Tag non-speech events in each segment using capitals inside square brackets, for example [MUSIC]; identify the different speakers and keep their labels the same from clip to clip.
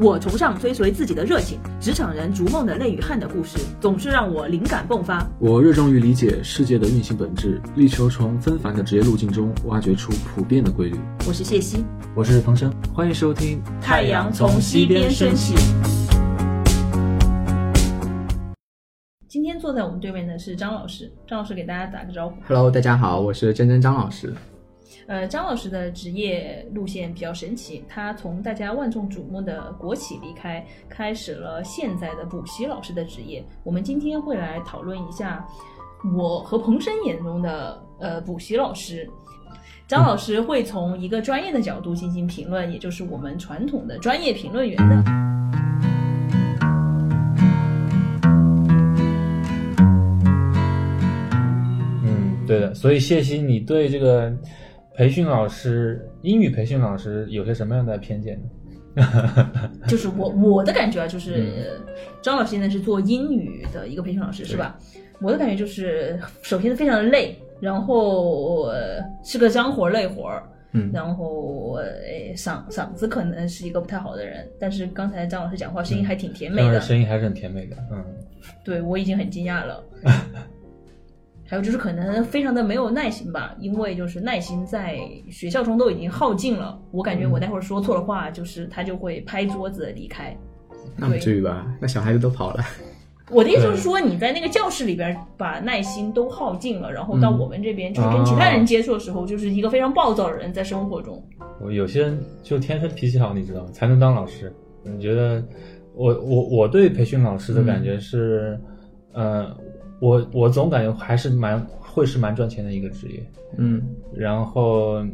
Speaker 1: 我崇尚追随自己的热情，职场人逐梦的泪与汗的故事，总是让我灵感迸发。
Speaker 2: 我热衷于理解世界的运行本质，力求从纷繁的职业路径中挖掘出普遍的规律。
Speaker 1: 我是谢希，
Speaker 3: 我是冯生，
Speaker 2: 欢迎收听《
Speaker 1: 太阳从西边升起》。今天坐在我们对面的是张老师，张老师给大家打个招呼。
Speaker 3: Hello，大家好，我是真真张老师。
Speaker 1: 呃，张老师的职业路线比较神奇，他从大家万众瞩目的国企离开，开始了现在的补习老师的职业。我们今天会来讨论一下我和彭生眼中的呃补习老师。张老师会从一个专业的角度进行评论，也就是我们传统的专业评论员的。
Speaker 4: 嗯对的，所以谢希，你对这个培训老师、英语培训老师有些什么样的偏见呢？
Speaker 1: 就是我我的感觉啊，就是、嗯、张老师现在是做英语的一个培训老师，是吧？我的感觉就是，首先非常的累，然后、呃、是个脏活累活儿，嗯，然后、呃、嗓嗓子可能是一个不太好的人，但是刚才张老师讲话声音还挺甜美的，嗯、
Speaker 4: 声音还是很甜美的，嗯，
Speaker 1: 对我已经很惊讶 [LAUGHS] 了。还有就是可能非常的没有耐心吧，因为就是耐心在学校中都已经耗尽了。我感觉我待会儿说错了话，就是他就会拍桌子离开。
Speaker 3: 那不至于吧？那小孩子都跑了。
Speaker 1: 我的意思就是说，你在那个教室里边把耐心都耗尽了，然后到我们这边就是跟其他人接触的时候，就是一个非常暴躁的人在生活中。
Speaker 4: 我有些人就天生脾气好，你知道才能当老师。你觉得我？我我我对培训老师的感觉是，嗯。呃我我总感觉还是蛮会是蛮赚钱的一个职业，
Speaker 3: [LAUGHS] 嗯，
Speaker 4: 然后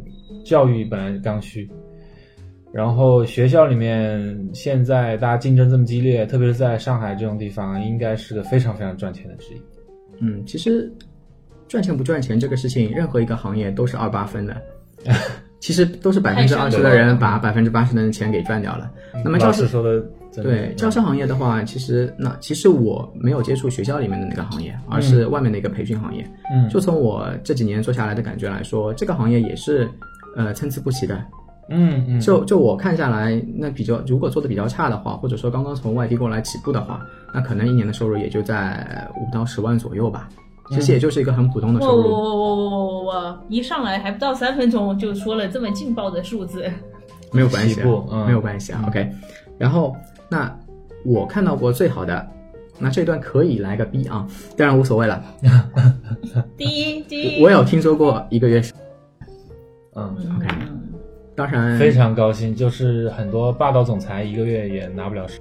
Speaker 4: 教育本来刚需，然后学校里面现在大家竞争这么激烈，特别是在上海这种地方，应该是个非常非常赚钱的职业。
Speaker 3: 嗯，其实赚钱不赚钱这个事情，任何一个行业都是二八 [LAUGHS] 分的，其实都是百分之二十的人把百分之八十的钱给赚掉了。那么教
Speaker 4: 师说的。
Speaker 3: 对教师行业的话，其实那其实我没有接触学校里面的那个行业，而是外面的一个培训行业。
Speaker 4: 嗯，
Speaker 3: 就从我这几年做下来的感觉来说，这个行业也是，呃，参差不齐的。
Speaker 4: 嗯嗯，
Speaker 3: 就就我看下来，那比较如果做的比较差的话，或者说刚刚从外地过来起步的话，那可能一年的收入也就在五到十万左右吧。其
Speaker 4: 嗯
Speaker 3: 实也就是一个很普通的收
Speaker 1: 我
Speaker 4: 哦
Speaker 3: 入。
Speaker 1: 我我我我我一上来还不到三分钟就说了这么劲爆的数字，
Speaker 3: 没有关系、啊
Speaker 4: 嗯，
Speaker 3: 没有关系啊。OK，然后。那我看到过最好的，那这段可以来个 B 啊，当然无所谓了。
Speaker 1: 第一，第一，
Speaker 3: 我有听说过一个月，
Speaker 4: 嗯
Speaker 3: ，OK，当然
Speaker 4: 非常高兴，就是很多霸道总裁一个月也拿不了十，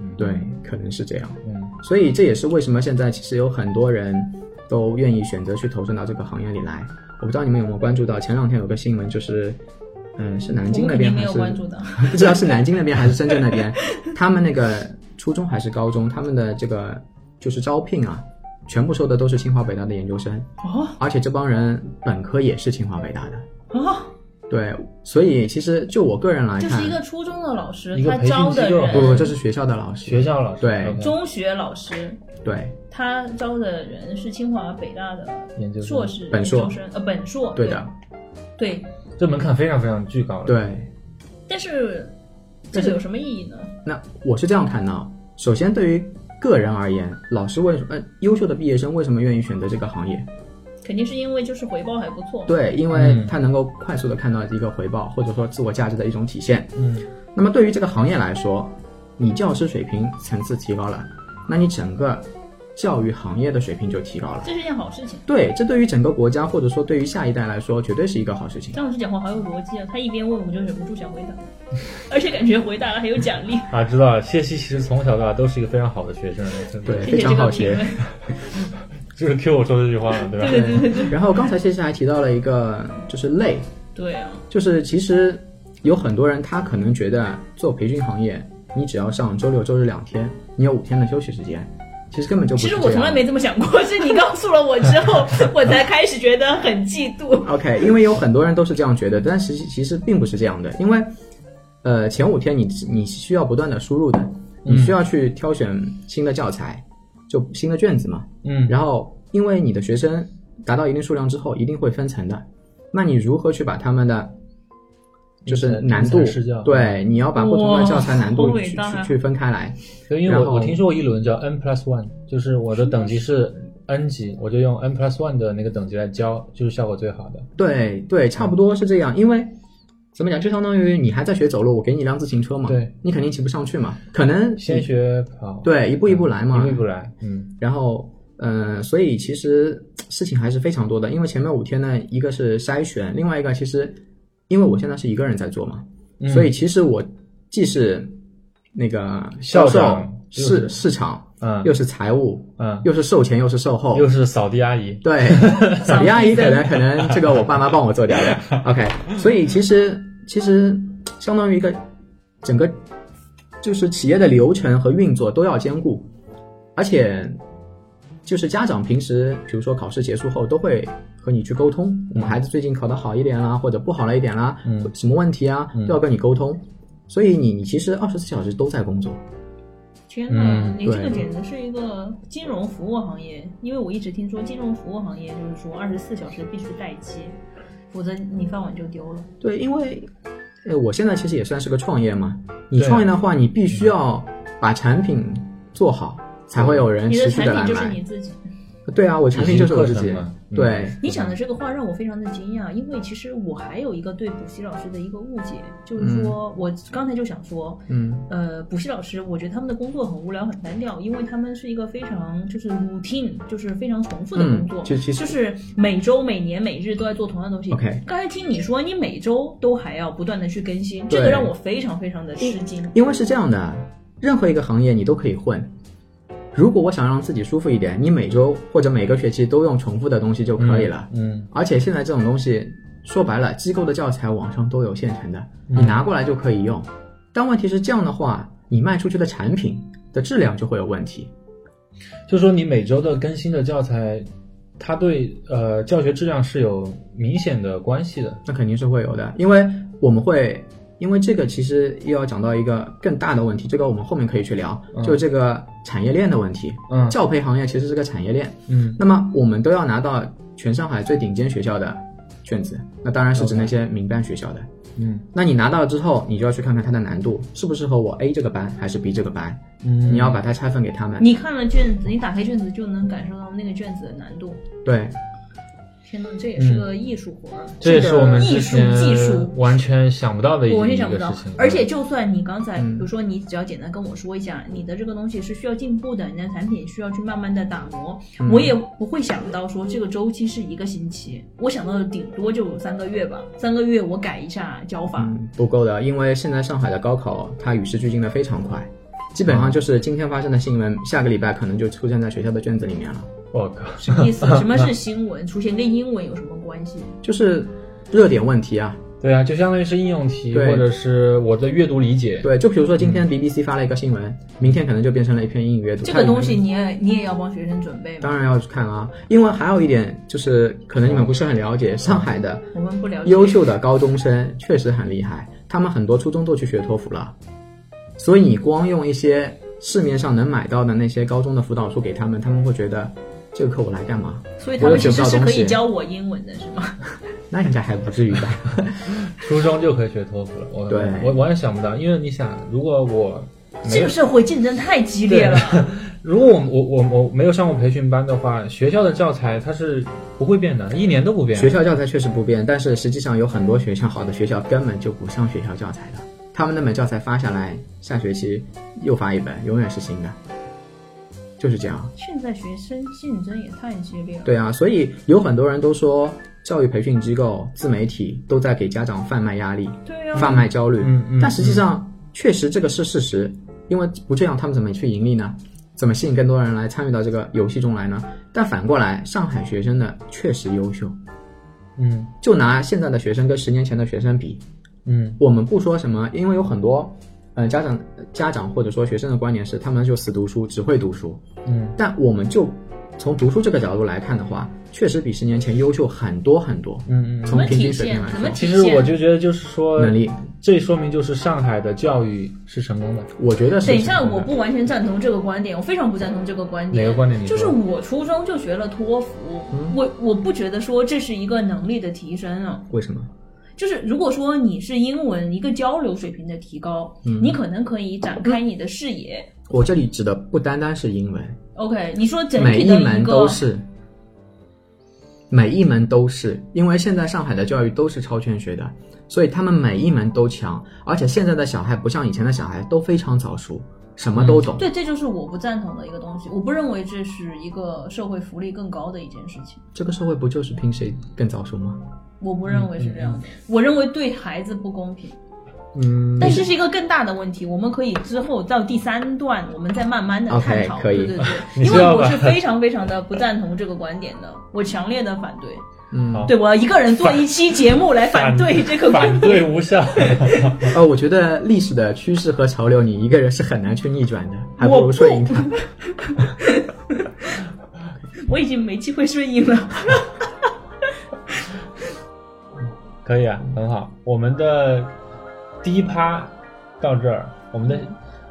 Speaker 3: 嗯，对，可能是这样，
Speaker 4: 嗯，
Speaker 3: 所以这也是为什么现在其实有很多人都愿意选择去投身到这个行业里来。我不知道你们有没有关注到，前两天有个新闻就是。嗯，是南京那边还是 [LAUGHS] 不知道是南京那边还是深圳那边？他们那个初中还是高中，他们的这个就是招聘啊，全部收的都是清华北大的研究生
Speaker 1: 哦，
Speaker 3: 而且这帮人本科也是清华北大
Speaker 1: 的哦。
Speaker 3: 对，所以其实就我个人来看，
Speaker 1: 这是一个初中的老师，
Speaker 4: 一个
Speaker 1: 他招的人
Speaker 3: 不不，这是学校的老师，
Speaker 4: 学校老师
Speaker 3: 对、
Speaker 4: okay.
Speaker 1: 中学老师
Speaker 3: 对，
Speaker 1: 他招的人是清华北大的
Speaker 4: 研究
Speaker 1: 硕士
Speaker 3: 本硕
Speaker 1: 生呃本硕
Speaker 3: 对的
Speaker 1: 对。
Speaker 4: 这门槛非常非常巨高了。
Speaker 3: 对，
Speaker 1: 但是这个有什么意义呢？
Speaker 3: 那我是这样看的：首先，对于个人而言，老师为什么、呃、优秀的毕业生为什么愿意选择这个行业？
Speaker 1: 肯定是因为就是回报还不错。
Speaker 3: 对，因为他能够快速的看到一个回报，或者说自我价值的一种体现。
Speaker 4: 嗯。
Speaker 3: 那么对于这个行业来说，你教师水平层次提高了，那你整个。教育行业的水平就提高了，
Speaker 1: 这是件好事情。
Speaker 3: 对，这对于整个国家或者说对于下一代来说，绝对是一个好
Speaker 1: [LAUGHS]
Speaker 3: 事情。
Speaker 1: 张老师讲话好有逻辑啊，他一边问我就忍不住想回答，而且感觉回答了还有奖励。
Speaker 4: 啊，知道了，谢希其实从小到大都是一个非常好的学生，真
Speaker 3: 的对，
Speaker 1: 谢谢
Speaker 3: 非常好学。
Speaker 4: 就是 Q 我说这句话了，对吧？
Speaker 1: 对对对对。
Speaker 3: 然后刚才谢希还提到了一个，就是累。
Speaker 1: 对啊。
Speaker 3: 就是其实有很多人他可能觉得做培训行业，你只要上周六周日两天，你有五天的休息时间。其实根本就不
Speaker 1: 是。其实我从来没这么想过，是你告诉了我之
Speaker 3: [LAUGHS]
Speaker 1: 后，我才开始觉得很嫉妒。
Speaker 3: OK，因为有很多人都是这样觉得，但实其实并不是这样的。因为，呃，前五天你你需要不断的输入的，你需要去挑选新的教材，就新的卷子嘛。
Speaker 4: 嗯。
Speaker 3: 然后，因为你的学生达到一定数量之后，一定会分层的。那你如何去把他们的就是难度
Speaker 4: 因材施教，
Speaker 3: 对，你要把不同的教材难
Speaker 1: 哇
Speaker 3: 度
Speaker 1: 好
Speaker 3: 去
Speaker 1: 伟大
Speaker 3: 去去分开来。
Speaker 4: 对，因为
Speaker 3: 然
Speaker 4: 我
Speaker 3: 后
Speaker 4: 我听说过一轮叫 N plus one，就是我的等级是 N 级，我就用 N plus one 的那个等级来教，就是效果最好的。
Speaker 3: 对对，差不多是这样，因为。怎么讲？就相当于你还在学走路，我给你一辆自行车嘛，
Speaker 4: 对，
Speaker 3: 你肯定骑不上去嘛，可能
Speaker 4: 先学跑，
Speaker 3: 对一步一步来嘛，
Speaker 4: 一步一步来，嗯，
Speaker 3: 然后，嗯、所以其实事情还是非常多的，因为前面五天呢，一个是筛选，另外一个其实，因为我现在是一个人在做嘛，
Speaker 4: 嗯
Speaker 3: 所以其实我既是那个
Speaker 4: 校
Speaker 3: 销售
Speaker 4: 长、
Speaker 3: 市、
Speaker 4: 又是
Speaker 3: 市场，
Speaker 4: 嗯
Speaker 3: 又是财务，
Speaker 4: 嗯，
Speaker 3: 又是售前又是售后，
Speaker 4: 又是扫地阿姨，
Speaker 3: 对，扫地阿姨可能可能这个我爸妈帮我做掉的。OK，所以其实其实相当于一个整个就是企业的流程和运作都要兼顾，而且就是家长平时比如说考试结束后都会和你去沟通，我们孩子最近考得好一点啦，或者不好了一点啦，
Speaker 4: 嗯
Speaker 3: 什么问题啊
Speaker 4: 嗯
Speaker 3: 都要跟你沟通，所以你你其实二十四小时都在工作。
Speaker 1: 天呐，
Speaker 4: 嗯
Speaker 1: 你这个
Speaker 3: 对
Speaker 1: 简直是一个金融服务行业，因为我一直听说金融服务行业就是说二十四小时必须待机，否则你饭碗就丢了。
Speaker 3: 对，因为呃，我现在其实也算是个创业嘛。你
Speaker 4: 对啊
Speaker 3: 创业的话，你必须要把产品做好，才会有人
Speaker 1: 你
Speaker 3: 持
Speaker 1: 的
Speaker 3: 续
Speaker 1: 产
Speaker 3: 的来
Speaker 1: 品就是
Speaker 3: 买
Speaker 1: 你。自己。
Speaker 3: 对啊，我产品就是我自己
Speaker 4: 已经课程嘛。嗯
Speaker 3: 对，
Speaker 1: 你讲的这个话让我非常的惊讶，因为其实我还有一个对补习老师的一个误解，
Speaker 4: 嗯
Speaker 1: 就是说、我刚才就想说，
Speaker 3: 嗯，
Speaker 1: 呃，补习老师，我觉得他们的工作很无聊、很单调，因为他们是一个非常就是 routine，就是非常重复的工作，
Speaker 3: 嗯就其实
Speaker 1: 就是每周、每年、每日都在做同样的东西。
Speaker 3: OK
Speaker 1: 刚才听你说，你每周都还要不断的去更新，这个
Speaker 3: 对
Speaker 1: 让我非常非常的吃惊。
Speaker 3: 因为是这样的，任何一个行业你都可以混。如果我想让自己舒服一点，你每周或者每个学期都用重复的东西就可以了。
Speaker 4: 嗯，
Speaker 3: 而且现在这种东西，说白了，机构的教材网上都有现成的，
Speaker 4: 嗯
Speaker 3: 你拿过来就可以用。但问题是这样的话，你卖出去的产品的质量就会有问题。
Speaker 4: 就说你每周的更新的教材，它对呃教学质量是有明显的关系的。
Speaker 3: 那肯定是会有的，因为我们会，因为这个其实又要讲到一个更大的问题，这个我们后面可以去聊，就这个产业链的问题。
Speaker 4: 嗯
Speaker 3: 教培行业其实是个产业链，
Speaker 4: 嗯
Speaker 3: 那么我们都要拿到全上海最顶尖学校的卷子，那当然是指那些民办学校的。
Speaker 4: 嗯
Speaker 3: 那你拿到了之后，你就要去看看它的难度适不适合我 A 这个班还是 B 这个班，
Speaker 4: 嗯
Speaker 3: 你要把它拆分给他们。
Speaker 1: 你看了卷子，你打开卷子就能感受到那个卷子的难度。
Speaker 3: 对，
Speaker 1: 天呐，这也是个艺术活儿、
Speaker 4: 嗯这也是我们之
Speaker 1: 艺术
Speaker 4: 前
Speaker 1: 技术
Speaker 4: 完全想不到的一
Speaker 1: 我是
Speaker 4: 一
Speaker 1: 想不
Speaker 4: 个
Speaker 1: 到
Speaker 4: 事情，，嗯
Speaker 1: 而且就算你刚才，
Speaker 3: 嗯
Speaker 1: 比如说你只要简单跟我说一下，你的这个东西是需要进步的，你的产品需要去慢慢的打磨，
Speaker 3: 嗯
Speaker 1: 我也不会想到说这个周期是一个星期，我想到的顶多就有三个月吧，三个月我改一下教法，
Speaker 3: 嗯，不够的，因为现在上海的高考它与时俱进的非常快，基本
Speaker 1: 啊
Speaker 3: 上就是今天发生的新闻，下个礼拜可能就出现在学校的卷子里面了。
Speaker 4: 我靠，
Speaker 1: 什么意思？什
Speaker 3: [LAUGHS]
Speaker 1: 么是新闻？出现跟英文有什么关系？
Speaker 3: 就是热点问题啊，
Speaker 4: 对啊，就相当于是应用题
Speaker 3: 对
Speaker 4: 或者是我的阅读理解，
Speaker 3: 对，就比如说今天 BBC 发了一个新闻，明天可能就变成了一篇英语阅读。
Speaker 1: 嗯这
Speaker 3: 它
Speaker 1: 个
Speaker 3: 里面
Speaker 1: 东西你也你也要帮学生准备吗？
Speaker 3: 当然要去看啊，因为还有一点就是，可能你们不是很了解，上海的
Speaker 1: 我们不了解。
Speaker 3: 优秀的高中生确实很厉害，他们很多初中都去学托福了，所以你光用一些市面上能买到的那些高中的辅导书给他们，他们会觉得这个课我来干嘛？
Speaker 1: 所以他们其实是
Speaker 3: 我也学不到
Speaker 1: 可
Speaker 3: 东
Speaker 1: 以
Speaker 3: 西
Speaker 1: 教我英文的，是吗？
Speaker 3: 那应该还不至于吧？
Speaker 4: 初中就可以学托福了。我
Speaker 3: 对
Speaker 4: 我我也想不到，因为你想，如果我没
Speaker 1: 这
Speaker 4: 有
Speaker 1: 个，社会竞争太激烈了。
Speaker 4: 如果我我我我没有上过培训班的话，学校的教材它是不会变的，一年都不变。
Speaker 3: 学校教材确实不变，但是实际上有很多学校好的学校根本就不上学校教材的，他们那本教材发下来，下学期又发一本，永远是新的，就是这样。
Speaker 1: 现在学生竞争也太激烈了。
Speaker 3: 对啊，所以有很多人都说，教育培训机构、自媒体都在给家长贩卖压力、
Speaker 1: 对啊，
Speaker 3: 贩卖焦虑。
Speaker 4: 嗯嗯
Speaker 3: 但实际上，确实这个是事实，因为不这样，他们怎么去盈利呢？怎么吸引更多人来参与到这个游戏中来呢？但反过来，上海学生的确实优秀。
Speaker 4: 嗯
Speaker 3: 就拿现在的学生跟十年前的学生比，
Speaker 4: 嗯
Speaker 3: 我们不说什么，因为有很多，嗯、家长、家长或者说学生的观点是，他们就死读书，只会读书。
Speaker 4: 嗯
Speaker 3: 但我们就从读书这个角度来看的话，确实比十年前优秀很多很多。
Speaker 4: 嗯嗯。
Speaker 1: 怎
Speaker 3: 从
Speaker 1: 么
Speaker 3: 平
Speaker 1: 体
Speaker 3: 均水平
Speaker 1: 现
Speaker 3: 来？
Speaker 1: 怎么
Speaker 3: 说，
Speaker 1: 体
Speaker 4: 其
Speaker 1: 现？
Speaker 4: 实我就觉得就是说
Speaker 3: 能力，
Speaker 4: 这说明就是上海的教育是成功的。
Speaker 3: [LAUGHS] 我觉得是。
Speaker 1: 等一下，我不完全赞同这个观点，我非常不赞同这个观点。
Speaker 4: 哪个观点你
Speaker 1: 就是
Speaker 4: 说
Speaker 1: 我初中就学了托福，我我不觉得说这是一个能力的提升啊，
Speaker 3: 为什么？
Speaker 1: 就是如果说你是英文一个交流水平的提高，你可能可以展开你的视野。
Speaker 3: 我这里指的不单单是英文，
Speaker 1: OK，你说整
Speaker 3: 每
Speaker 1: 体
Speaker 3: 一
Speaker 1: 的
Speaker 3: 门
Speaker 1: 个
Speaker 3: 都是，每一门都是，因为现在上海的教育都是超圈学的，所以他们每一门都强，而且现在的小孩不像以前的小孩都非常早熟，什么都懂。
Speaker 1: 嗯对，这就是我不赞同的一个东西。我不认为这是一个社会福利更高的一件事情，
Speaker 3: 这个社会不就是拼谁更早熟吗？ [LAUGHS]
Speaker 1: 我不认为是这样的。我认为对孩子不公平，
Speaker 3: 嗯
Speaker 1: 但这是一个更大的问题。我们可以之后到第三段，我们再慢慢的
Speaker 3: OK，
Speaker 1: 探讨。
Speaker 3: 可以
Speaker 1: 对 [LAUGHS] 对对，
Speaker 4: 你
Speaker 1: 因
Speaker 4: 知
Speaker 1: 为
Speaker 4: 道
Speaker 1: 我
Speaker 4: 吧
Speaker 1: 是非常非常的不赞同这个观点的，我强烈的反对。
Speaker 3: 嗯，
Speaker 4: 好
Speaker 1: 对我要一个人做一期节目来反对这个观点。
Speaker 4: 反对无效，
Speaker 3: 呃，我觉得历史的趋势和潮流，你一个人是很难去逆转的，还不
Speaker 4: 我
Speaker 3: 如顺应它。
Speaker 1: [LAUGHS] 我已经没机会顺应了。
Speaker 4: 可以啊，很好。我们的第一趴到这儿，我们的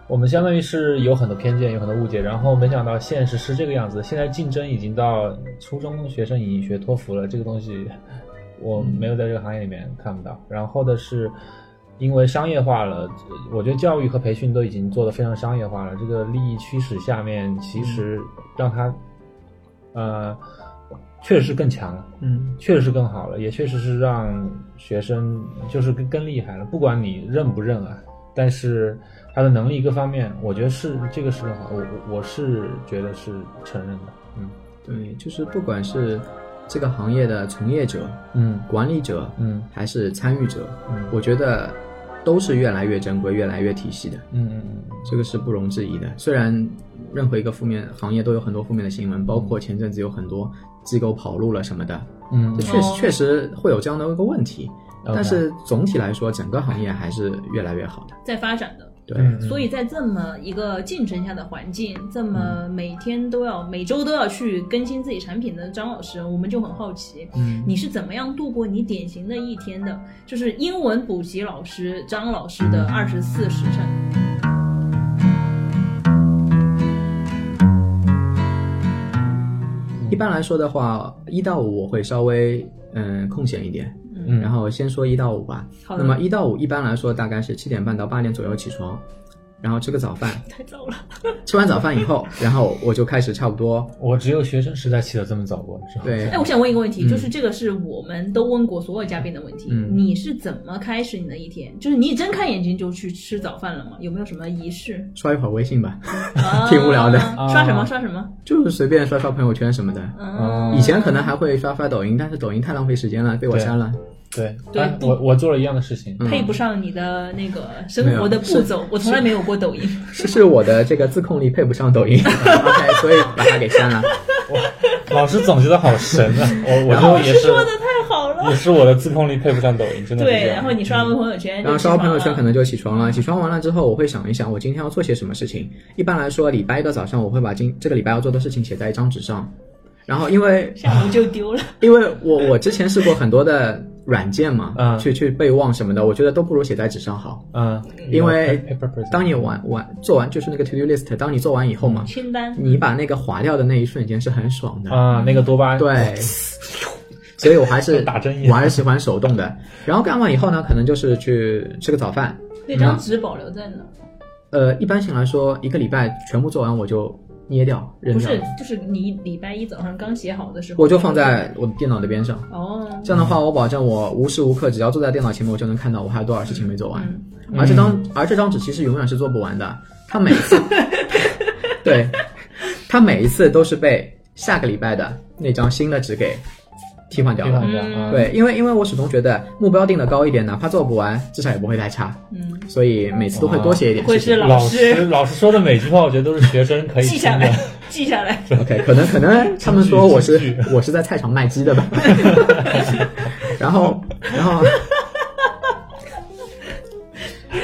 Speaker 4: 我们相当于是有很多偏见，有很多误解，然后没想到现实是这个样子。现在竞争已经到初中学生已经学托福了，这个东西 [LAUGHS] 我没有在这个行业里面看不到。然后的是。因为商业化了，我觉得教育和培训都已经做得非常商业化了。这个利益驱使下面，其实让它，呃，确实更强了。
Speaker 3: 嗯
Speaker 4: 确实是更好了，也确实是让学生就是更更厉害了。不管你认不认啊，但是他的能力各方面，我觉得是这个是更好。我我我是觉得是承认的。嗯
Speaker 3: 对，就是不管是这个行业的从业者、
Speaker 4: 嗯
Speaker 3: 管理者，
Speaker 4: 嗯
Speaker 3: 还是参与者，
Speaker 4: 嗯
Speaker 3: 我觉得都是越来越珍贵、越来越体系的，
Speaker 4: 嗯嗯
Speaker 3: 这个是不容置疑的。虽然任何一个负面行业都有很多负面的新闻，包括前阵子有很多机构跑路了什么的，
Speaker 4: 嗯嗯，
Speaker 3: 这确实
Speaker 1: 哦
Speaker 3: 确实会有这样的一个问题。
Speaker 4: OK
Speaker 3: 但是总体来说，整个行业还是越来越好的。
Speaker 1: 在发展的，
Speaker 3: 对，
Speaker 4: 嗯
Speaker 1: 所以在这么一个竞争下的环境，这
Speaker 3: 嗯
Speaker 1: 么每天都要、每周都要去更新自己产品的张老师，我们就很好奇，
Speaker 3: 嗯
Speaker 1: 你是怎么样度过你典型的一天的？就是英文补习老师张老师的二十四时辰。
Speaker 3: 一般来说的话，一到五我会稍微嗯空闲一点，
Speaker 4: 嗯
Speaker 3: 然后先说一到五吧。
Speaker 1: 好
Speaker 3: 那
Speaker 1: 的，
Speaker 3: 么一到五一般来说大概是七点半到八点左右起床，然后吃个早饭，
Speaker 1: 太早了，
Speaker 3: 吃完早饭以后，然后我就开始差不多
Speaker 4: 我只有学生时代起得这么早过，你知道吗？
Speaker 3: 对
Speaker 1: 哎，，我想问一个问题，
Speaker 3: 嗯
Speaker 1: 就是这个是我们都问过所有嘉宾的问题，
Speaker 3: 嗯
Speaker 1: 你是怎么开始你的一天？就是你一睁开眼睛就去吃早饭了吗？有没有什么仪式？
Speaker 3: 刷一会儿微信吧，
Speaker 1: 啊
Speaker 3: [LAUGHS] 挺无聊的
Speaker 1: 刷什么？刷什么？
Speaker 3: 就是随便刷刷朋友圈什么的。
Speaker 1: 嗯，
Speaker 3: 啊以前可能还会刷刷抖音，但是抖音太浪费时间了，被我删了。
Speaker 4: 对
Speaker 1: 对
Speaker 4: 哎
Speaker 1: 不
Speaker 4: 我我做了一样的事情。
Speaker 3: 嗯
Speaker 1: 配不上你的那个生活的步骤。我从来没有过抖音，
Speaker 3: 是是我的这个自控力配不上抖音 [LAUGHS] ，OK，所以把它给删了。
Speaker 4: 老师总结的好神啊！我我
Speaker 3: 然后
Speaker 4: 就也
Speaker 1: [LAUGHS]
Speaker 4: 是
Speaker 1: 说的太好了。
Speaker 4: 也是我的自控力配不上抖音，真的是这
Speaker 1: 对，
Speaker 4: 样
Speaker 1: 然后你刷完朋友圈，
Speaker 3: 然后刷完朋友圈可
Speaker 1: 能
Speaker 3: 能就起床了，起床完了之后，我会想一想我今天要做些什么事情。一般来说，礼拜一的早上我会把今这个礼拜要做的事情写在一张纸上，然后因为
Speaker 1: 下午就丢
Speaker 3: [LAUGHS]
Speaker 1: 了。
Speaker 3: 因为我我之前试过很多的软件嘛，
Speaker 4: 嗯
Speaker 3: 去去备忘什么的，我觉得都不如写在纸上好。
Speaker 4: 嗯，
Speaker 3: 因为
Speaker 4: paper person
Speaker 3: 当你完完做完就是那个 to do list，当你做完以后嘛，
Speaker 1: 清单，
Speaker 3: 你把那个划掉的那一瞬间是很爽的。
Speaker 4: 啊那个多巴胺 [LAUGHS]
Speaker 3: 对，所以我还是
Speaker 4: 打针一样
Speaker 3: 我还是喜欢手动的。然后干完以后呢，可能就是去吃个早饭。
Speaker 1: 那张纸保留在哪？
Speaker 3: 呃，一般性来说，一个礼拜全部做完我就捏掉扔
Speaker 1: 不
Speaker 3: 掉
Speaker 1: 是，，就是你礼拜一早上刚写好的时候，
Speaker 3: 我就放在我的电脑的边上。
Speaker 1: 哦，
Speaker 3: 这样的话，我保证我无时无刻只要坐在电脑前面，我就能看到我还有多少事情没做完。
Speaker 1: 嗯
Speaker 3: 而这张、而这张纸其实永远是做不完的，它每一次，对，它每一次都是被下个礼拜的那张新的纸给替换掉
Speaker 4: 替
Speaker 3: 了
Speaker 4: 换。掉
Speaker 1: 嗯
Speaker 4: 啊，
Speaker 3: 对，因为因为我始终觉得目标定的高一点，哪怕做不完，至少也不会太差，
Speaker 1: 嗯，
Speaker 3: 所以每次都会多写一点
Speaker 1: 不会
Speaker 3: 事
Speaker 1: 是
Speaker 3: 情。
Speaker 1: 老
Speaker 4: 老
Speaker 1: 师
Speaker 4: 老师说的每句话，我觉得都是学生可以
Speaker 1: 记下
Speaker 4: 听的
Speaker 1: 来，记下
Speaker 3: [LAUGHS]
Speaker 1: 来。
Speaker 3: OK，可能可能他们说我
Speaker 4: 京 [LAUGHS]
Speaker 3: 是
Speaker 4: 剧
Speaker 3: 我是在菜场卖鸡的
Speaker 4: [LAUGHS]
Speaker 3: 吧，然后然后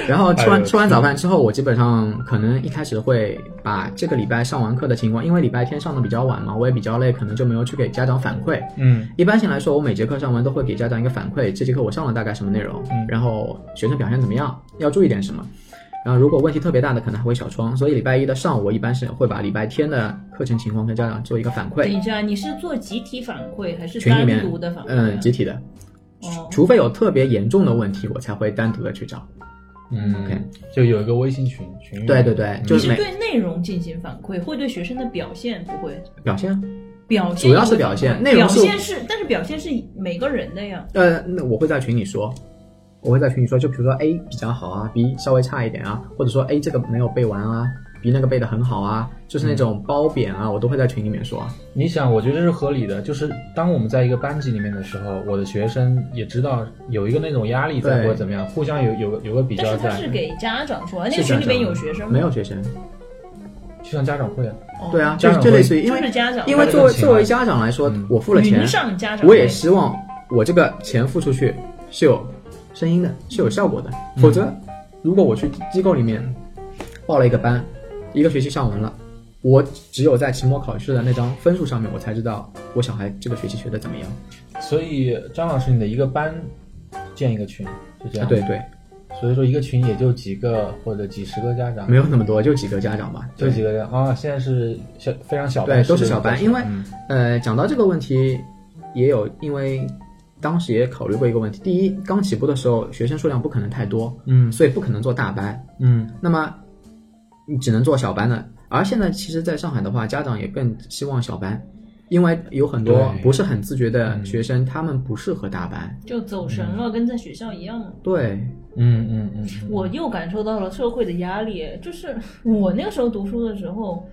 Speaker 3: 然后吃
Speaker 4: 哎
Speaker 3: 完
Speaker 4: 呦
Speaker 3: 吃完早饭之后，我基本上可能一开始会把这个礼拜上完课的情况，因为礼拜天上的比较晚嘛，我也比较累，可能就没有去给家长反馈。
Speaker 4: 嗯
Speaker 3: 一般性来说，我每节课上完都会给家长一个反馈，这节课我上了大概什么内容，然后学生表现怎么样，要注意点什么。然后如果问题特别大的，可能还会小窗。所以礼拜一的上午，我一般是会把礼拜天的课程情况跟家长做一个反馈，
Speaker 1: 等一下，你是做集体反馈还是
Speaker 3: 群里
Speaker 1: 单
Speaker 3: 面
Speaker 1: 独的反馈啊？
Speaker 3: 嗯集体的。
Speaker 1: 哦，
Speaker 3: 除非有特别严重的问题，我才会单独的去找。
Speaker 4: 嗯
Speaker 3: OK
Speaker 4: 就有一个微信群群，嗯
Speaker 3: 对对对，就
Speaker 1: 你
Speaker 3: 是
Speaker 1: 是
Speaker 3: 每
Speaker 1: 对内容进行反馈，会对学生的表现不会
Speaker 3: 表现啊，
Speaker 1: 表现
Speaker 3: 主要
Speaker 1: 不
Speaker 3: 是
Speaker 1: 会
Speaker 3: 表现
Speaker 1: 反馈
Speaker 3: 内容
Speaker 1: 哦表
Speaker 3: 是
Speaker 1: 现是，但是表现是每个人的呀。
Speaker 3: 呃，那我会在群里说，我会在群里说，就比如说 A 比较好啊，B 稍微差一点啊，或者说 A 这个没有背完啊，B 那个背的很好啊，就是那种褒贬啊，我都会在群里面说。
Speaker 4: 你想，我觉得是合理的。就是当我们在一个班级里面的时候，我的学生也知道有一个那种压力在
Speaker 3: 对
Speaker 4: 或者怎么样，互相有有个有个比
Speaker 1: 但
Speaker 4: 较
Speaker 1: 是他
Speaker 4: 在嗯
Speaker 1: 是，给家长说，那
Speaker 3: 是
Speaker 1: 个群
Speaker 3: 家
Speaker 1: 里面
Speaker 3: 长
Speaker 1: 有学生吗
Speaker 3: 没有？学生，
Speaker 4: 就像家长会啊，
Speaker 1: 哦
Speaker 3: 对啊，就
Speaker 4: 家长
Speaker 3: 就
Speaker 4: 会
Speaker 3: 类似于因
Speaker 1: 就是
Speaker 3: 为
Speaker 1: 家长
Speaker 3: 因为
Speaker 4: 这
Speaker 3: 作
Speaker 4: 种
Speaker 3: 为
Speaker 4: 情
Speaker 3: 作为
Speaker 4: 况
Speaker 3: 家长来说
Speaker 4: 嗯，
Speaker 3: 我付了钱
Speaker 1: 云，上家长
Speaker 3: 我
Speaker 1: 会，
Speaker 3: 也希望我这个钱付出去是有声音的，是有效果的。否则，如果我去机构里面报了一个班，一个学期上完了，我只有在期末考试的那张分数上面，我才知道我小孩这个学期学的怎么样。
Speaker 4: 所以张老师，你的一个班建一个群是这样、
Speaker 3: 对，对，
Speaker 4: 所以说一个群也就几个或者几十个家长，
Speaker 3: 没有那么多，就几个家长吧。
Speaker 4: 就
Speaker 3: 对
Speaker 4: 几个人啊、现在是小非常小
Speaker 3: 对
Speaker 4: 班，
Speaker 3: 都是小班，因为
Speaker 4: 嗯
Speaker 3: 呃，讲到这个问题，也有因为当时也考虑过一个问题：第一，刚起步的时候学生数量不可能太多，
Speaker 4: 嗯
Speaker 3: 所以不可能做大班。
Speaker 4: 嗯
Speaker 3: 那么你只能做小班的。而现在其实，在上海的话，家长也更希望小班，因为有很多
Speaker 4: 对
Speaker 3: 不是很自觉的
Speaker 4: 嗯
Speaker 3: 学生，他们不适合大班。
Speaker 1: 就走神了，跟在学校一样嘛。
Speaker 3: 对，
Speaker 4: 嗯嗯嗯嗯，
Speaker 1: 我又感受到了社会的压力，就是我那个时候读书的时候，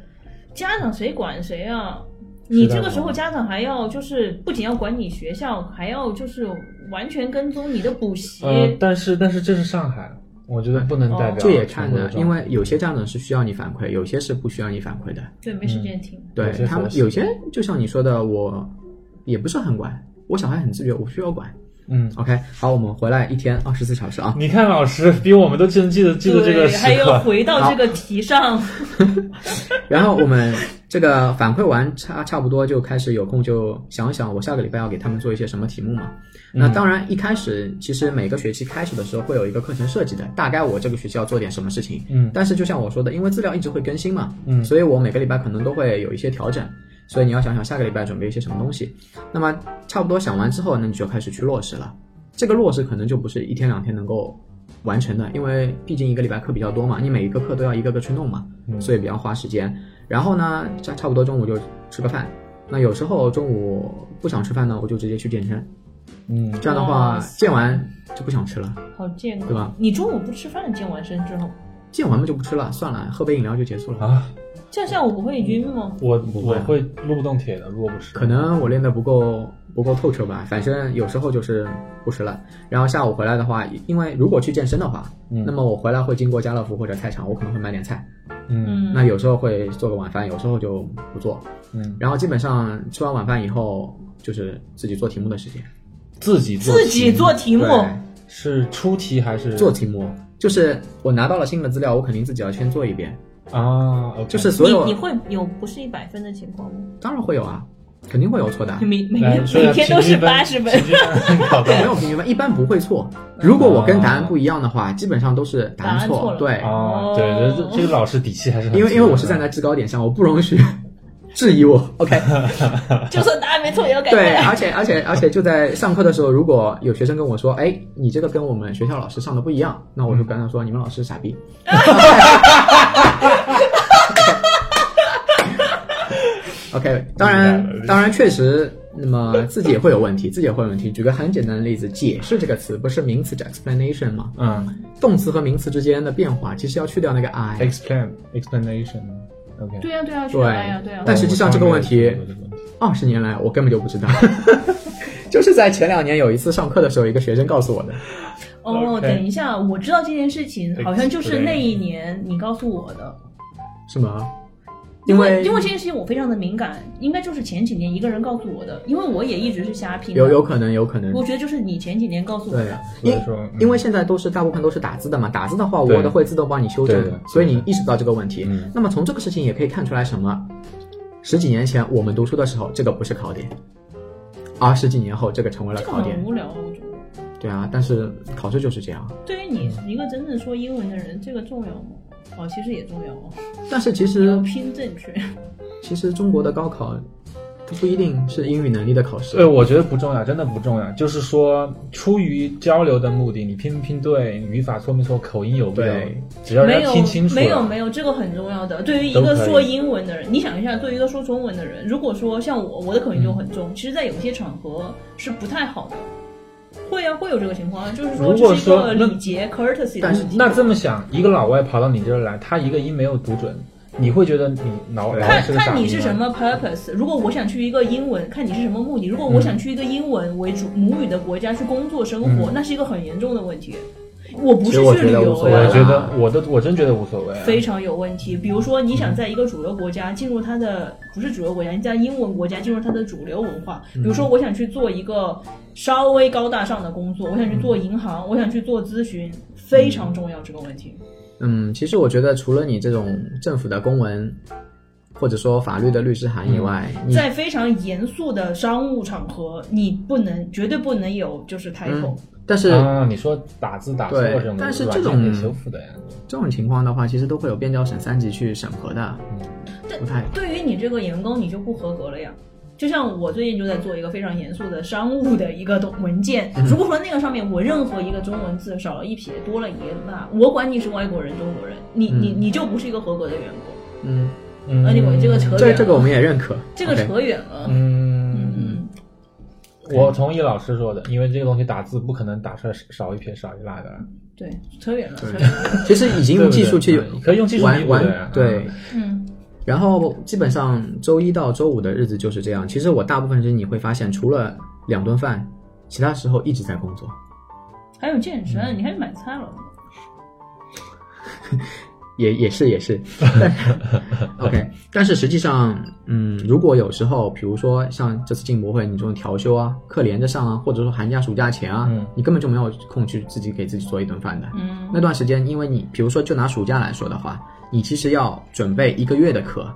Speaker 1: 家长谁管谁啊？你这个时
Speaker 4: 哦
Speaker 1: 候家长还要就是不仅要管你学校，还要就是完全跟踪你的补习。
Speaker 4: 呃，但是但是这是上海，我觉得不能代表
Speaker 3: 哦这也
Speaker 4: 全
Speaker 3: 看
Speaker 4: 国的
Speaker 3: 的，
Speaker 4: 状态
Speaker 3: 因为有些家长是需要你反馈，有些是不需要你反馈的。
Speaker 1: 对，没时间听。
Speaker 3: 对
Speaker 4: 有些
Speaker 3: 他们
Speaker 4: 佛，系
Speaker 3: 有些就像你说的，我也不是很管，我小孩很自觉，我不需要管。
Speaker 4: 嗯。
Speaker 3: OK，好，我们回来一天二十四小时啊。
Speaker 4: 你看，老师比我们都记得记得记住这个
Speaker 1: 对，
Speaker 4: 时
Speaker 1: 还要
Speaker 4: 刻，
Speaker 1: 回到这个题上。
Speaker 3: 然后我们这个反馈完差差不多就开始有空就想想我下个礼拜要给他们做一些什么题目嘛。那当然一开始其实每个学期开始的时候会有一个课程设计的，大概我这个学期要做点什么事情。
Speaker 4: 嗯
Speaker 3: 但是就像我说的，因为资料一直会更新嘛，
Speaker 4: 嗯
Speaker 3: 所以我每个礼拜可能都会有一些调整。所以你要想想下个礼拜准备一些什么东西。那么差不多想完之后，那你就开始去落实了。这个落实可能就不是一天两天能够完成的，因为毕竟一个礼拜课比较多嘛，你每一个课都要一个个去弄嘛，
Speaker 4: 嗯
Speaker 3: 所以比较花时间。然后呢，差差不多中午就吃个饭。那有时候中午不想吃饭呢，我就直接去健身。
Speaker 4: 嗯，
Speaker 3: 这样的
Speaker 1: 哇
Speaker 3: 话，
Speaker 1: 塞
Speaker 3: 健完就不想吃了，
Speaker 1: 好健
Speaker 3: 对
Speaker 1: 康
Speaker 3: 吧。
Speaker 1: 你中午不吃饭，健完身之后，
Speaker 3: 健完嘛就不吃了，算了，喝杯饮料就结束了。
Speaker 4: 啊，
Speaker 1: 这样下午不会晕吗？
Speaker 4: 我
Speaker 3: 不
Speaker 4: 我
Speaker 3: 会啊
Speaker 4: 会撸不动铁的，如果不吃，
Speaker 3: 可能我练得不够不够透彻吧，反正有时候就是不吃了。然后下午回来的话，因为如果去健身的话，
Speaker 4: 嗯
Speaker 3: 那么我回来会经过家乐福或者菜场，我可能会买点菜。
Speaker 4: 嗯
Speaker 1: 嗯，
Speaker 3: 那有时候会做个晚饭，有时候就不做。
Speaker 4: 嗯，
Speaker 3: 然后基本上吃完晚饭以后，就是自己做题目的时间。
Speaker 4: 自己做
Speaker 1: 自己做题目，
Speaker 3: 对
Speaker 4: 是出题还是
Speaker 3: 做题目就是我拿到了新的资料，我肯定自己要先做一遍。
Speaker 4: 啊？OK？
Speaker 3: 就是所有
Speaker 1: 你你会有不是一百分的情况吗？
Speaker 3: 当然会有啊，肯定会有错的啊。
Speaker 1: [LAUGHS] 每每
Speaker 4: 来
Speaker 1: 天
Speaker 4: 说一下
Speaker 1: 每天都
Speaker 4: 平
Speaker 1: 是
Speaker 4: 均分
Speaker 1: 八十分。
Speaker 4: 平
Speaker 3: [LAUGHS]
Speaker 4: 均分搞
Speaker 3: 没有
Speaker 4: 的
Speaker 3: 平均分，一般不会错。如果我跟答案不一样的话，基本上都是答
Speaker 1: 嗯答案
Speaker 3: 案
Speaker 1: 错
Speaker 3: 错。
Speaker 1: 了
Speaker 3: 对，
Speaker 4: 啊？对，这这个老师底气还是很
Speaker 3: 哦因为因为我是
Speaker 4: 强
Speaker 3: 站
Speaker 4: 的
Speaker 3: 在制高点上，我不
Speaker 4: [LAUGHS]
Speaker 3: 容许质疑我。OK，
Speaker 1: [LAUGHS] 就算答案没错也要改过
Speaker 3: 对，
Speaker 1: 来。
Speaker 3: 而且而且而且就在上课的时候，如果有学生跟我说，哎，你这个跟我们学校老师上的不一样，那我就跟他说，你们老师傻逼。OK，当然
Speaker 4: 明白了
Speaker 3: 当然确实，那么自己也会有问题，自己也会有问题。举个很简单的例子，解释这个词不是名词叫 explanation 吗？
Speaker 4: 嗯
Speaker 3: 动词和名词之间的变化，其实要去掉那个 i。
Speaker 4: ，explain explanation，OK，
Speaker 1: 对呀、对呀、
Speaker 3: 对
Speaker 1: 学呀、
Speaker 4: 啊
Speaker 1: 对呀、
Speaker 3: 但实际上这个问题二十年来我根本就不知道， [LAUGHS] 就是在前两年有一次上课的时候，一个学生告诉我的。
Speaker 1: 哦，
Speaker 4: OK
Speaker 1: 等一下，我知道这件事情，好像就是那一年你告诉我的。
Speaker 3: 是吗？
Speaker 1: 因
Speaker 3: 为
Speaker 1: 因为这件事情我非常的敏感，应该就是前几年一个人告诉我的，因为我也一直是瞎拼的。
Speaker 3: 有有可能，有可能
Speaker 1: 我，觉得就是你前几年告诉我
Speaker 3: 对
Speaker 1: 的。，
Speaker 4: 所
Speaker 3: 因
Speaker 4: 以说
Speaker 3: 因为现在都是大部分都是打字的嘛，打字的话
Speaker 4: 对
Speaker 3: Word 会自动帮你修正
Speaker 4: 对的，
Speaker 3: 所以你意识到这个问题
Speaker 4: 嗯。
Speaker 3: 那么从这个事情也可以看出来什么？十几年前我们读书的时候，这个不是考点，而十几年后这个成为了
Speaker 1: 这个
Speaker 3: 考点
Speaker 1: 很。无聊啊，我觉得。
Speaker 3: 对啊，但是考试就是这样。
Speaker 1: 对于你
Speaker 4: 嗯
Speaker 1: 一个真正说英文的人，这个重要吗？哦，其实也重要哦，
Speaker 4: 啊
Speaker 3: 但是其
Speaker 1: 要
Speaker 3: 实
Speaker 1: 拼正确。
Speaker 3: 其实中国的高考不一定是英语能力的考试。
Speaker 4: 对，呃我觉得不重要，真的不重要。就是说，出于交流的目的，你拼不拼对，语法错没错，口音有没有
Speaker 3: 对，
Speaker 4: 只要
Speaker 1: [LAUGHS]
Speaker 4: 人
Speaker 1: 没
Speaker 4: 家
Speaker 1: 有
Speaker 4: 听清楚了
Speaker 1: 没有没有，这个很重要的。对于一
Speaker 4: 都
Speaker 1: 个
Speaker 4: 可以
Speaker 1: 说英文的人，你想一下，对于一个说中文的人，如果说像我，我的口音就很
Speaker 4: 嗯
Speaker 1: 重，其实，在有些场合是不太好的。会啊，会有这个情况啊，就是
Speaker 4: 如果
Speaker 1: 这是一
Speaker 4: 说
Speaker 1: 个
Speaker 4: 那
Speaker 1: 礼节 courtesy 的
Speaker 3: 但是
Speaker 1: 问题。
Speaker 4: 那这么想，一个老外跑到你这儿来，他一个音没有读准，你会觉得你老老外
Speaker 1: 看
Speaker 4: 是个傻
Speaker 1: 看
Speaker 4: 逼
Speaker 1: 你
Speaker 4: 吗
Speaker 1: 是什么 purpose。如果我想去一个英文，看你是什么目的。如果
Speaker 3: 嗯
Speaker 1: 我想去一个英文为主母语的国家去工作生活，
Speaker 4: 嗯
Speaker 1: 那是一个很严重的问题。我不是
Speaker 3: 其实我
Speaker 1: 去旅
Speaker 3: 觉得无
Speaker 1: 游
Speaker 3: 所
Speaker 4: 我
Speaker 3: 谓
Speaker 1: 呀
Speaker 3: 啊，
Speaker 4: 觉得我都我真觉得无所谓、啊。
Speaker 1: 非常有问题。比如说，你
Speaker 3: 嗯
Speaker 1: 想在一个主流国家进入它的不是主流国家，你在英文国家进入它的主流文化。比如说，
Speaker 3: 嗯
Speaker 1: 我想去做一个稍微高大上的工作，我想去做
Speaker 3: 嗯
Speaker 1: 银行，我想去做咨询，非常重要这个问题。
Speaker 3: 嗯，其实我觉得除了你这种政府的公文，或者说法律的律师函以外，
Speaker 1: 嗯
Speaker 3: 你
Speaker 1: 在非常严肃的商务场合，你不能绝对不能有
Speaker 3: 嗯
Speaker 1: 就是抬头。
Speaker 3: 但是
Speaker 4: 啊，你说打字打错
Speaker 3: 对
Speaker 4: 这种，
Speaker 3: 但是
Speaker 4: 软
Speaker 3: 这
Speaker 4: 件
Speaker 3: 种
Speaker 4: 可以修复的呀。
Speaker 3: 这种情况的话，其实都会有变调审三级去审核的，
Speaker 1: 但
Speaker 3: 不太
Speaker 1: 对于你这个员工，你就不合格了呀。就像我最近就在做一个非常严肃的商务的一个东文件，
Speaker 3: 嗯
Speaker 1: 如果说那个上面我任何一个中文字少了一撇，多了一个捺，我管你是外国人、中国人，你你你就不是一个合格的员工。啊
Speaker 3: 嗯，
Speaker 4: 嗯，
Speaker 1: 呃那你管这个扯
Speaker 3: 这
Speaker 1: 远了，
Speaker 3: 这个我们也认可，
Speaker 1: 这个
Speaker 3: OK
Speaker 1: 扯远了。
Speaker 4: 嗯，
Speaker 1: 嗯，
Speaker 4: 我同意老师说的，因为这个东西打字不可能打出来少一撇少一捺的。
Speaker 1: 对，扯远了，扯
Speaker 3: 对
Speaker 1: 远了。
Speaker 3: 其实已经
Speaker 4: 对
Speaker 3: 用
Speaker 4: 不
Speaker 3: 技
Speaker 4: 对
Speaker 3: 术去
Speaker 4: 可以用技术弥
Speaker 3: 玩
Speaker 4: 补的
Speaker 3: 玩
Speaker 4: 呀啊
Speaker 3: 对，
Speaker 1: 嗯，
Speaker 3: 然后基本上周一到周五的日子就是这样。其实我大部分时间你会发现，除了两顿饭，其他时候一直在工作，
Speaker 1: 还有健身，
Speaker 3: 嗯
Speaker 1: 你还买菜了？
Speaker 3: 也也是也是。OK，但是实际上，嗯，如果有时候，比如说像这次进博会，你这种调休啊、课连着上啊，或者说寒假、暑假前啊，
Speaker 4: 嗯
Speaker 3: 你根本就没有空去自己给自己做一顿饭的。
Speaker 1: 嗯
Speaker 3: 那段时间，因为你比如说就拿暑假来说的话，你其实要准备一个月的课，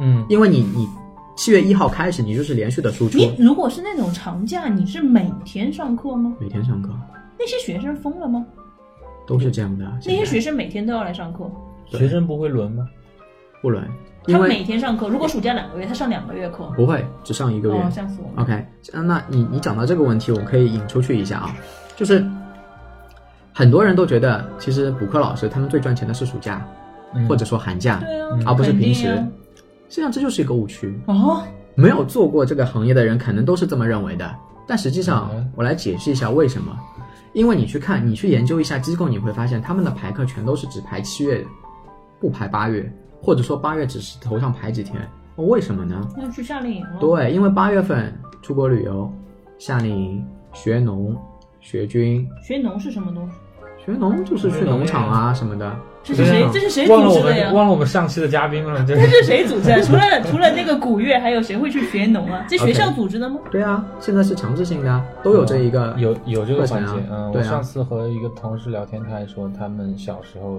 Speaker 4: 嗯，
Speaker 3: 因为你你七月一号开始，你就是连续的输出，
Speaker 1: 你如果是那种长假，你是每天上课吗？
Speaker 3: 每天上课
Speaker 1: 那些学生疯了吗？
Speaker 3: 都是这样的。啊
Speaker 1: 那些
Speaker 3: 现在
Speaker 1: 学生每天都要来上课，
Speaker 4: 学生不会轮吗？
Speaker 3: 不轮，因
Speaker 1: 他
Speaker 3: 为
Speaker 1: 每天上课。如果暑假两个月，他上两个月课。
Speaker 3: 不会只上一个月。
Speaker 1: 哦，吓死我了！
Speaker 3: OK，那那你你讲到这个问题，我们可以引出去一下啊，就是很多人都觉得，其实补课老师他们最赚钱的是暑假、
Speaker 4: 嗯
Speaker 3: 或者说寒假，
Speaker 1: 对啊，
Speaker 3: 而嗯不是
Speaker 1: 肯定
Speaker 3: 平时
Speaker 1: 啊。
Speaker 3: 实际上这就是一个误区，
Speaker 1: 哦，
Speaker 3: 没有做过这个行业的人可能都是这么认为的。但实际上
Speaker 4: 嗯，
Speaker 3: 我来解释一下为什么。因为你去看，你去研究一下机构，你会发现他们的排课全都是只排七月，不排八月，或者说八月只是头上排几天。哦为什么呢？
Speaker 1: 那就去夏令营了。
Speaker 3: 对，因为八月份出国旅游、夏令营、学农、学军、
Speaker 1: 学农是什么东西？
Speaker 3: 学农就是去农场啊什么的。
Speaker 1: 这是
Speaker 3: 对
Speaker 1: 谁
Speaker 3: 啊？
Speaker 1: 这是谁
Speaker 4: 忘了
Speaker 1: 组
Speaker 4: 我
Speaker 1: 织的呀
Speaker 4: 们？嗯忘了我们上期的嘉宾了，这
Speaker 1: 这是谁组
Speaker 3: [LAUGHS]
Speaker 1: 织的？啊除了除了那个古月，还有谁会去学农啊？这学校组织的吗？
Speaker 3: 对啊，现在是强制性的啊，都有这一个。
Speaker 4: 哦有有这个环节
Speaker 3: 课程啊。
Speaker 4: 嗯，我
Speaker 3: 对啊
Speaker 4: 上次和一个同事聊天，他还说他们小时候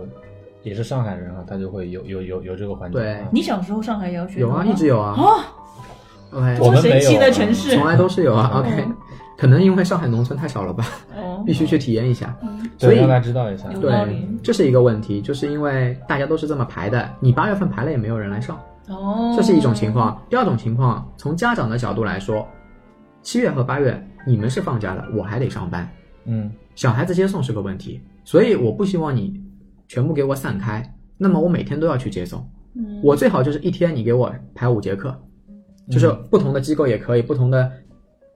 Speaker 4: 也是上海人啊，他就会有有有有这个环节。
Speaker 3: 对
Speaker 4: 嗯
Speaker 1: 你小时候上海也要学
Speaker 3: 有
Speaker 1: 农
Speaker 3: 啊，
Speaker 1: 吗
Speaker 3: 一直有啊。
Speaker 1: 哦，
Speaker 3: [LAUGHS] OK，
Speaker 4: 我
Speaker 1: 多
Speaker 4: 们
Speaker 1: 神奇
Speaker 4: 没有啊
Speaker 1: 的城市
Speaker 3: 从来都是有啊。OK，
Speaker 1: 嗯
Speaker 3: 可能因为上海农村太少了吧，
Speaker 1: 哦
Speaker 3: 必，须去体验一下。所
Speaker 4: 对，
Speaker 3: 以
Speaker 4: 让大家知道一下。
Speaker 1: 有道
Speaker 3: 对
Speaker 1: 理，
Speaker 3: 这是一个问题，就是因为大家都是这么排的，你八月份排了也没有人来上，
Speaker 1: 哦，
Speaker 3: 这是一种情。况。第二种情况，从家长的角度来说，七月和八月你们是放假了，我还得上班，
Speaker 4: 嗯，
Speaker 3: 小孩子接送是个问题，所以我不希望你全部给我散开。那么我每天都要去接送，
Speaker 1: 嗯
Speaker 3: 我最好就是一天你给我排五节课，就是不同的机构也可以，不同的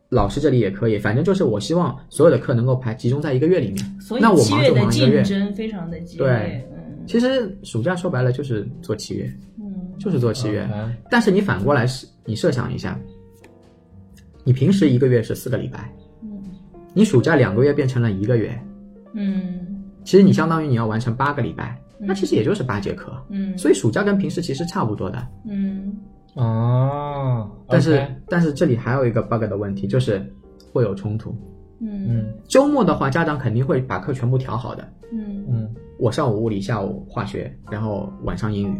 Speaker 3: 老师这里也可以，反正就是我希望所有的课能够排集中在一个月里面。
Speaker 1: 所以
Speaker 3: 那我
Speaker 1: 七
Speaker 3: 忙
Speaker 1: 月
Speaker 3: 就
Speaker 1: 的
Speaker 3: 忙一个
Speaker 1: 竞
Speaker 3: 月。
Speaker 1: 争非常的激烈
Speaker 3: 对。
Speaker 1: 嗯
Speaker 3: 其实暑假说白了就是做七月，
Speaker 1: 嗯，
Speaker 3: 就是做七月。
Speaker 4: OK
Speaker 3: 但是你反过来是，你设想一下，你平时一个月是四个礼拜，
Speaker 1: 嗯
Speaker 3: 你暑假两个月变成了一个月，
Speaker 1: 嗯
Speaker 3: 其实你相当于你要完成八个礼拜，那
Speaker 1: 嗯
Speaker 3: 其实也就是八节课。
Speaker 1: 嗯，
Speaker 3: 所以暑假跟平时其实差不多的，
Speaker 1: 嗯
Speaker 4: 哦，
Speaker 3: 但是
Speaker 4: OK
Speaker 3: 但是这里还有一个 bug 的问题，就是会有冲突。
Speaker 1: 嗯
Speaker 4: 嗯
Speaker 3: 周末的话，家长肯定会把课全部调好的，
Speaker 1: 嗯
Speaker 4: 嗯
Speaker 3: 我上午物理，下午化学，然后晚上英语。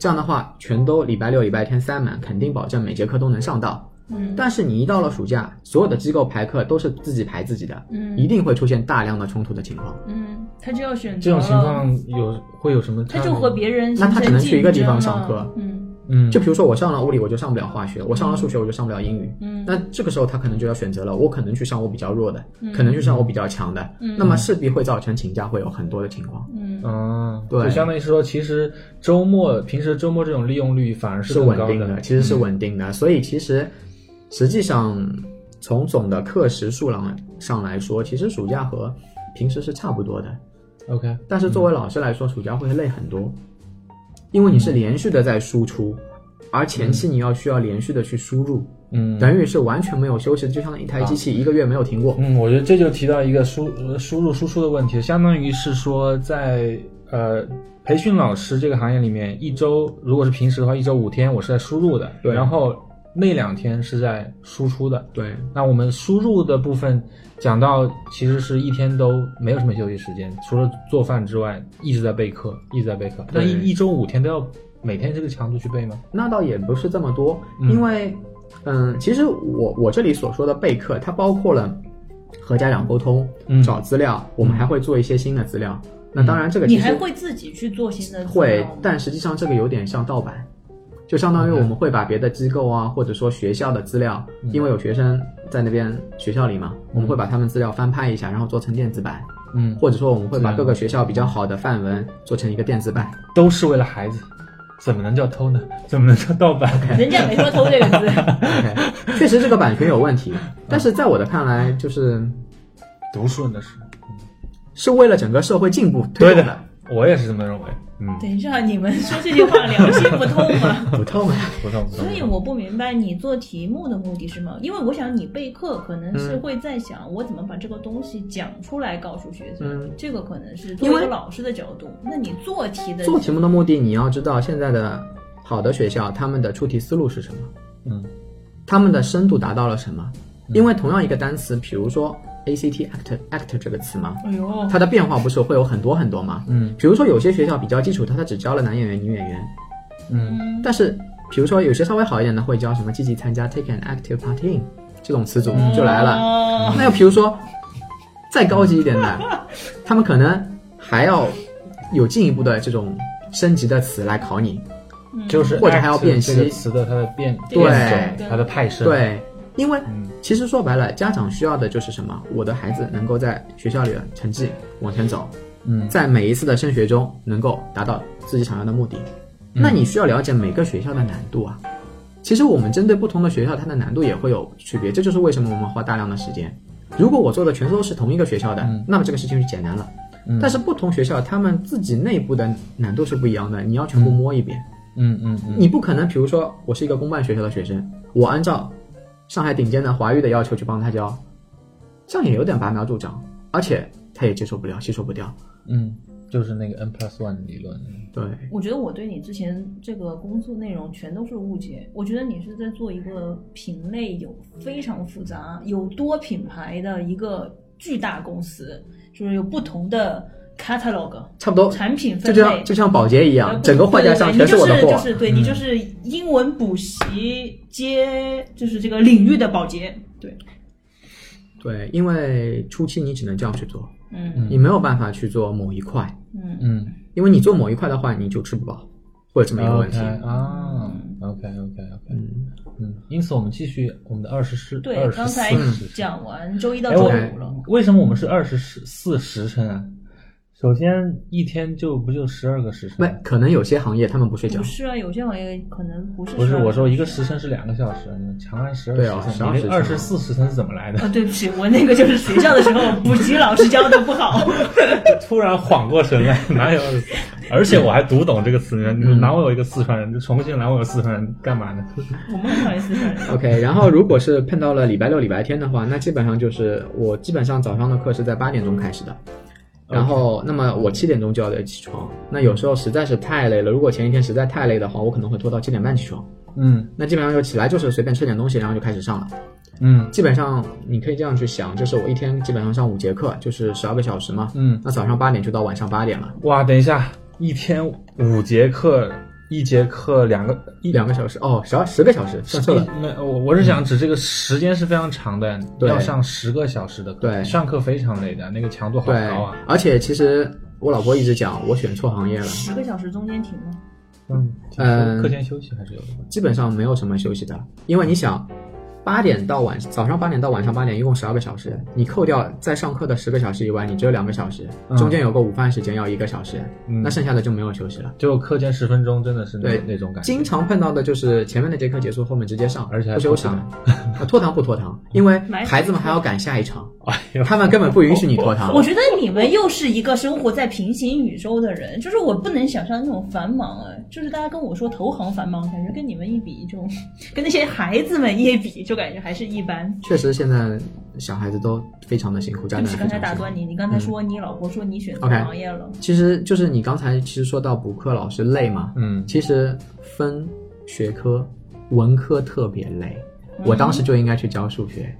Speaker 3: 这样的话，全都礼拜六、礼拜天塞满，肯定保证每节课都能上到。
Speaker 1: 嗯，
Speaker 3: 但是你一到了暑假，所有的机构排课都是自己排自己的，
Speaker 1: 嗯
Speaker 3: 一定会出现大量的冲突的情况。
Speaker 1: 嗯，他就要选择
Speaker 4: 这种情
Speaker 1: 了
Speaker 4: 况有会有什么差
Speaker 1: 他
Speaker 4: 别？
Speaker 1: 就和别人
Speaker 3: 那他
Speaker 1: 形
Speaker 3: 只
Speaker 1: 成
Speaker 3: 能去一个地
Speaker 1: 竞争
Speaker 3: 方上
Speaker 1: 了
Speaker 3: 课
Speaker 1: 嗯
Speaker 4: 嗯，
Speaker 3: 就比如说我上了物理，我就上不了化学；我上了数学，我就上不了英语。
Speaker 1: 嗯
Speaker 3: 那这个时候他可能就要选择了，我可能去上我比较弱的，
Speaker 1: 嗯
Speaker 3: 可能去上我比较强的，
Speaker 1: 嗯
Speaker 3: 那么势必会造成请假会有很多的情况，
Speaker 1: 嗯
Speaker 4: 嗯，
Speaker 3: 对
Speaker 4: 就相当于是说，其实周末平时周末这种利用率反而
Speaker 3: 是
Speaker 4: 更
Speaker 3: 稳
Speaker 4: 高
Speaker 3: 定
Speaker 4: 的嗯
Speaker 3: 的，，其实是稳定的。所以其实实际上从总的课时数量上来说，其实暑假和平时是差不多的。
Speaker 4: OK，
Speaker 3: 但是作为老师来说，暑假会累很多，因为你是连续的在输出，而前期你要需要连续的去输入，
Speaker 4: 嗯，啊
Speaker 3: 等于是完全没有休息，就像一台机器一个月没有停过。
Speaker 4: 嗯，我觉得这就提到一个输呃输入输出的问题，相当于是说在呃培训老师这个行业里面，一周如果是平时的话，一周五天我是在输入的，
Speaker 3: 对
Speaker 4: 然后那两天是在输出的。
Speaker 3: 对，
Speaker 4: 那我们输入的部分讲到，其实是一天都没有什么休息时间，除了做饭之外，一直在备课，一直在备课。那
Speaker 3: 对
Speaker 4: 一一周五天都要每天这个强度去备吗？
Speaker 3: 那倒也不是这么多，
Speaker 4: 嗯
Speaker 3: 因为，嗯，其实我我这里所说的备课，它包括了和家长沟通、
Speaker 4: 嗯
Speaker 3: 找资料，我们还会做一些新的资料。那当然，这个其
Speaker 1: 你
Speaker 3: 实
Speaker 1: 还会自己去做新的资料
Speaker 3: 会
Speaker 1: 吗，
Speaker 3: 但实际上这个有点像盗版，就相当于我们会把别的机构啊，或者说学校的资料，因为有学生在那边学校里嘛，我们会把他们资料翻拍一下，然后做成电子版，
Speaker 4: 嗯，
Speaker 3: 或者说我们会把
Speaker 4: 是
Speaker 3: 各个学校比较好的范文做成一个电子版。
Speaker 4: 都是为了孩子，怎么能叫偷呢？怎么能叫盗版？
Speaker 1: [LAUGHS] 人家没说偷这个
Speaker 3: [LAUGHS]
Speaker 1: 字，
Speaker 3: OK，确实这个版权有问题，但是在我的看来，就是
Speaker 4: 读书人的事，
Speaker 3: 是为了整个社会进步推动的，
Speaker 4: 我也是这么认为。嗯，
Speaker 1: 等一下你们说这句话良心不痛吗？
Speaker 3: 不痛啊。
Speaker 4: 不错不
Speaker 1: [LAUGHS]
Speaker 4: 错。
Speaker 1: 所以我不明白你做题目的目的是什么，因为我想你备课可能是会在想我怎么把这个东西讲出来告诉学生，
Speaker 3: 嗯
Speaker 1: 这个可能是
Speaker 3: 因
Speaker 1: 作
Speaker 3: 为
Speaker 1: 为一个老师的角度。那你做题的
Speaker 3: 做题目的目的，你要知道现在的好的学校，他们的出题思路是什么。
Speaker 4: 嗯
Speaker 3: 他们的深度达到了什么？因为同样一个单词，比如说 ACT act act 这个词嘛，
Speaker 1: 哎呦，
Speaker 3: 它的变化不是会有很多很多吗？
Speaker 4: 嗯
Speaker 3: 比如说有些学校比较基础，它它只教了男演员、女演员，
Speaker 4: 嗯
Speaker 3: 但是比如说有些稍微好一点的会教什么积极参加 take an active part in 这种词组
Speaker 1: 嗯
Speaker 3: 就来了。
Speaker 1: 了，
Speaker 3: 那又比如说再高级一点的，他们可能还要有进一步的这种升级的词来考你。
Speaker 1: 嗯
Speaker 4: 就是
Speaker 3: 或者还要辨析
Speaker 4: act 这个词的它的变
Speaker 1: 对
Speaker 4: 变种，
Speaker 1: 对
Speaker 4: 它的派生。，
Speaker 3: 对，因为
Speaker 4: 嗯
Speaker 3: 其实说白了，家长需要的就是什么？我的孩子能够在学校里的成绩往前走，
Speaker 4: 嗯
Speaker 3: 在每一次的升学中能够达到自己想要的目的。
Speaker 4: 嗯
Speaker 3: 那你需要了解每个学校的难度啊。其实我们针对不同的学校，它的难度也会有区别，这就是为什么我们花大量的时间。如果我做的全都是同一个学校的，
Speaker 4: 嗯
Speaker 3: 那么这个事情就简单了。
Speaker 4: 嗯
Speaker 3: 但是不同学校他们自己内部的难度是不一样的，你要全部摸一遍。
Speaker 4: 嗯嗯嗯
Speaker 3: 你不可能，比如说我是一个公办学校的学生，我按照上海顶尖的华语的要求去帮他教，这样也有点拔苗助长，而且他也接受不了，吸收不掉。
Speaker 4: 嗯，就是那个 n plus one 理论。
Speaker 3: 对，
Speaker 1: 我觉得我对你之前这个工作内容全都是误解。我觉得你是在做一个品类有非常复杂、有多品牌的一个巨大公司，就是有不同的 catalog
Speaker 3: 差不多，
Speaker 1: 产品
Speaker 3: 哦就
Speaker 1: 分类
Speaker 3: 像。就像保洁一
Speaker 1: 呃
Speaker 3: 样，整个货架上全
Speaker 1: 对对对
Speaker 3: 我的
Speaker 1: 你
Speaker 3: 货嗯
Speaker 1: 就。是就是对你就是英文补习接就是这个领域的保洁，对，
Speaker 3: 对，因为初期你只能这样去做，
Speaker 1: 嗯
Speaker 3: 你没有办法去做某一块，
Speaker 1: 嗯
Speaker 4: 嗯
Speaker 3: 因为你做某一块的话，你就吃不饱，会有这么一个问
Speaker 4: ，OK
Speaker 3: 题。
Speaker 4: 啊，OK OK OK，
Speaker 3: 嗯，
Speaker 4: 嗯，因此我们继续我们的二十世，
Speaker 1: 对，
Speaker 4: 二十
Speaker 1: 刚才
Speaker 4: 四世纪。
Speaker 1: 讲完周一到
Speaker 4: 哎，
Speaker 1: 周
Speaker 4: 我
Speaker 1: 五了，
Speaker 4: 为什么我们是二十时四时辰啊？首先一天就不就十二个时辰
Speaker 3: 那
Speaker 4: 吗？
Speaker 3: 可能有些行业他们不睡觉
Speaker 1: 不。是啊，有些行业可能不是
Speaker 4: 不是，
Speaker 1: 12
Speaker 4: 我说一个时辰是两个小时，你们长按十二
Speaker 3: 对啊
Speaker 4: 时
Speaker 3: 12
Speaker 4: 辰，你
Speaker 3: 时
Speaker 4: 那
Speaker 3: 辰
Speaker 4: 二十四时辰是怎么来
Speaker 1: [LAUGHS]
Speaker 4: 的？ [LAUGHS]
Speaker 1: 啊，对不起，我那个就是学校的时候补习老师教的不好。
Speaker 4: 突然缓过神来，哪有？而且我还读懂这个词，你
Speaker 3: 嗯
Speaker 4: 们拿我有一个四川人，就重庆拿我有四川人干嘛呢？
Speaker 1: 我们很讨厌四川人，
Speaker 3: OK，然后如果是碰到了礼拜六、礼拜天的话，那基本上就是我基本上早上的课是在八点钟开始的，然后那么我七点钟就要得起床。那有时候实在是太累了，如果前一天实在太累的话，我可能会拖到七点半起床。
Speaker 4: 嗯
Speaker 3: 那基本上就起来就是随便吃点东西，然后就开始上了。
Speaker 4: 嗯
Speaker 3: 基本上你可以这样去想，就是我一天基本上上五节课，就是十二个小时嘛。
Speaker 4: 嗯，
Speaker 3: 那早上八点就到晚上八点了，
Speaker 4: 哇，等一下，一天五节课，一节课两个一
Speaker 3: 一两个小时哦，十二十个小时上错了。嗯
Speaker 4: 没，我我是想指这个时间是非常长的，
Speaker 3: 对
Speaker 4: 要上十个小时的课，
Speaker 3: 对
Speaker 4: 上课非常累的，那个强度好
Speaker 3: 对
Speaker 4: 高啊。，
Speaker 3: 而且其实我老婆一直讲我选错行业了。
Speaker 1: 十个小时中间停吗？
Speaker 4: 嗯，
Speaker 3: 嗯
Speaker 4: 课间休息还是有的。
Speaker 3: 基本上没有什么休息的，因为你想，八点到晚早上八点到晚上八点，一共十二个小时，你扣掉在上课的十个小时以外，你只有两个小时，
Speaker 4: 嗯
Speaker 3: 中间有个午饭时间要一个小时，
Speaker 4: 嗯
Speaker 3: 那剩下的就没有休息了。
Speaker 4: 就课间十分钟，真的是那
Speaker 3: 对
Speaker 4: 那种感觉。
Speaker 3: 经常碰到的就是前面的节课结束，后面直接上，
Speaker 4: 而且还
Speaker 3: 不休息
Speaker 4: 拖
Speaker 3: 的。啊拖堂不拖堂，因为
Speaker 1: 买
Speaker 3: 孩子们还要赶下一场，
Speaker 4: [LAUGHS] 哎呦，
Speaker 3: 他们根本不允许你拖堂
Speaker 1: 我。觉得你们又是一个生活在平行宇宙的人，就是我不能想象那种繁忙哎，就是大家跟我说投行繁忙，感觉跟你们一比就，跟那些孩子们一比，就感觉还是一般。
Speaker 3: 确实，现在小孩子都非常的辛苦，
Speaker 1: 对
Speaker 3: 家
Speaker 1: 不
Speaker 3: 长
Speaker 1: 起，
Speaker 3: 也
Speaker 1: 刚
Speaker 3: 非
Speaker 1: 才
Speaker 3: 常
Speaker 1: 打
Speaker 3: 辛苦
Speaker 1: 断。你，你刚才说你老婆说你选择
Speaker 3: OK
Speaker 1: 行业了，
Speaker 3: 其实就是你刚才其实说到补课老师累嘛，
Speaker 4: 嗯
Speaker 3: 其实分学科，文科特别累，
Speaker 1: 嗯
Speaker 3: 我当时就应该去教数学。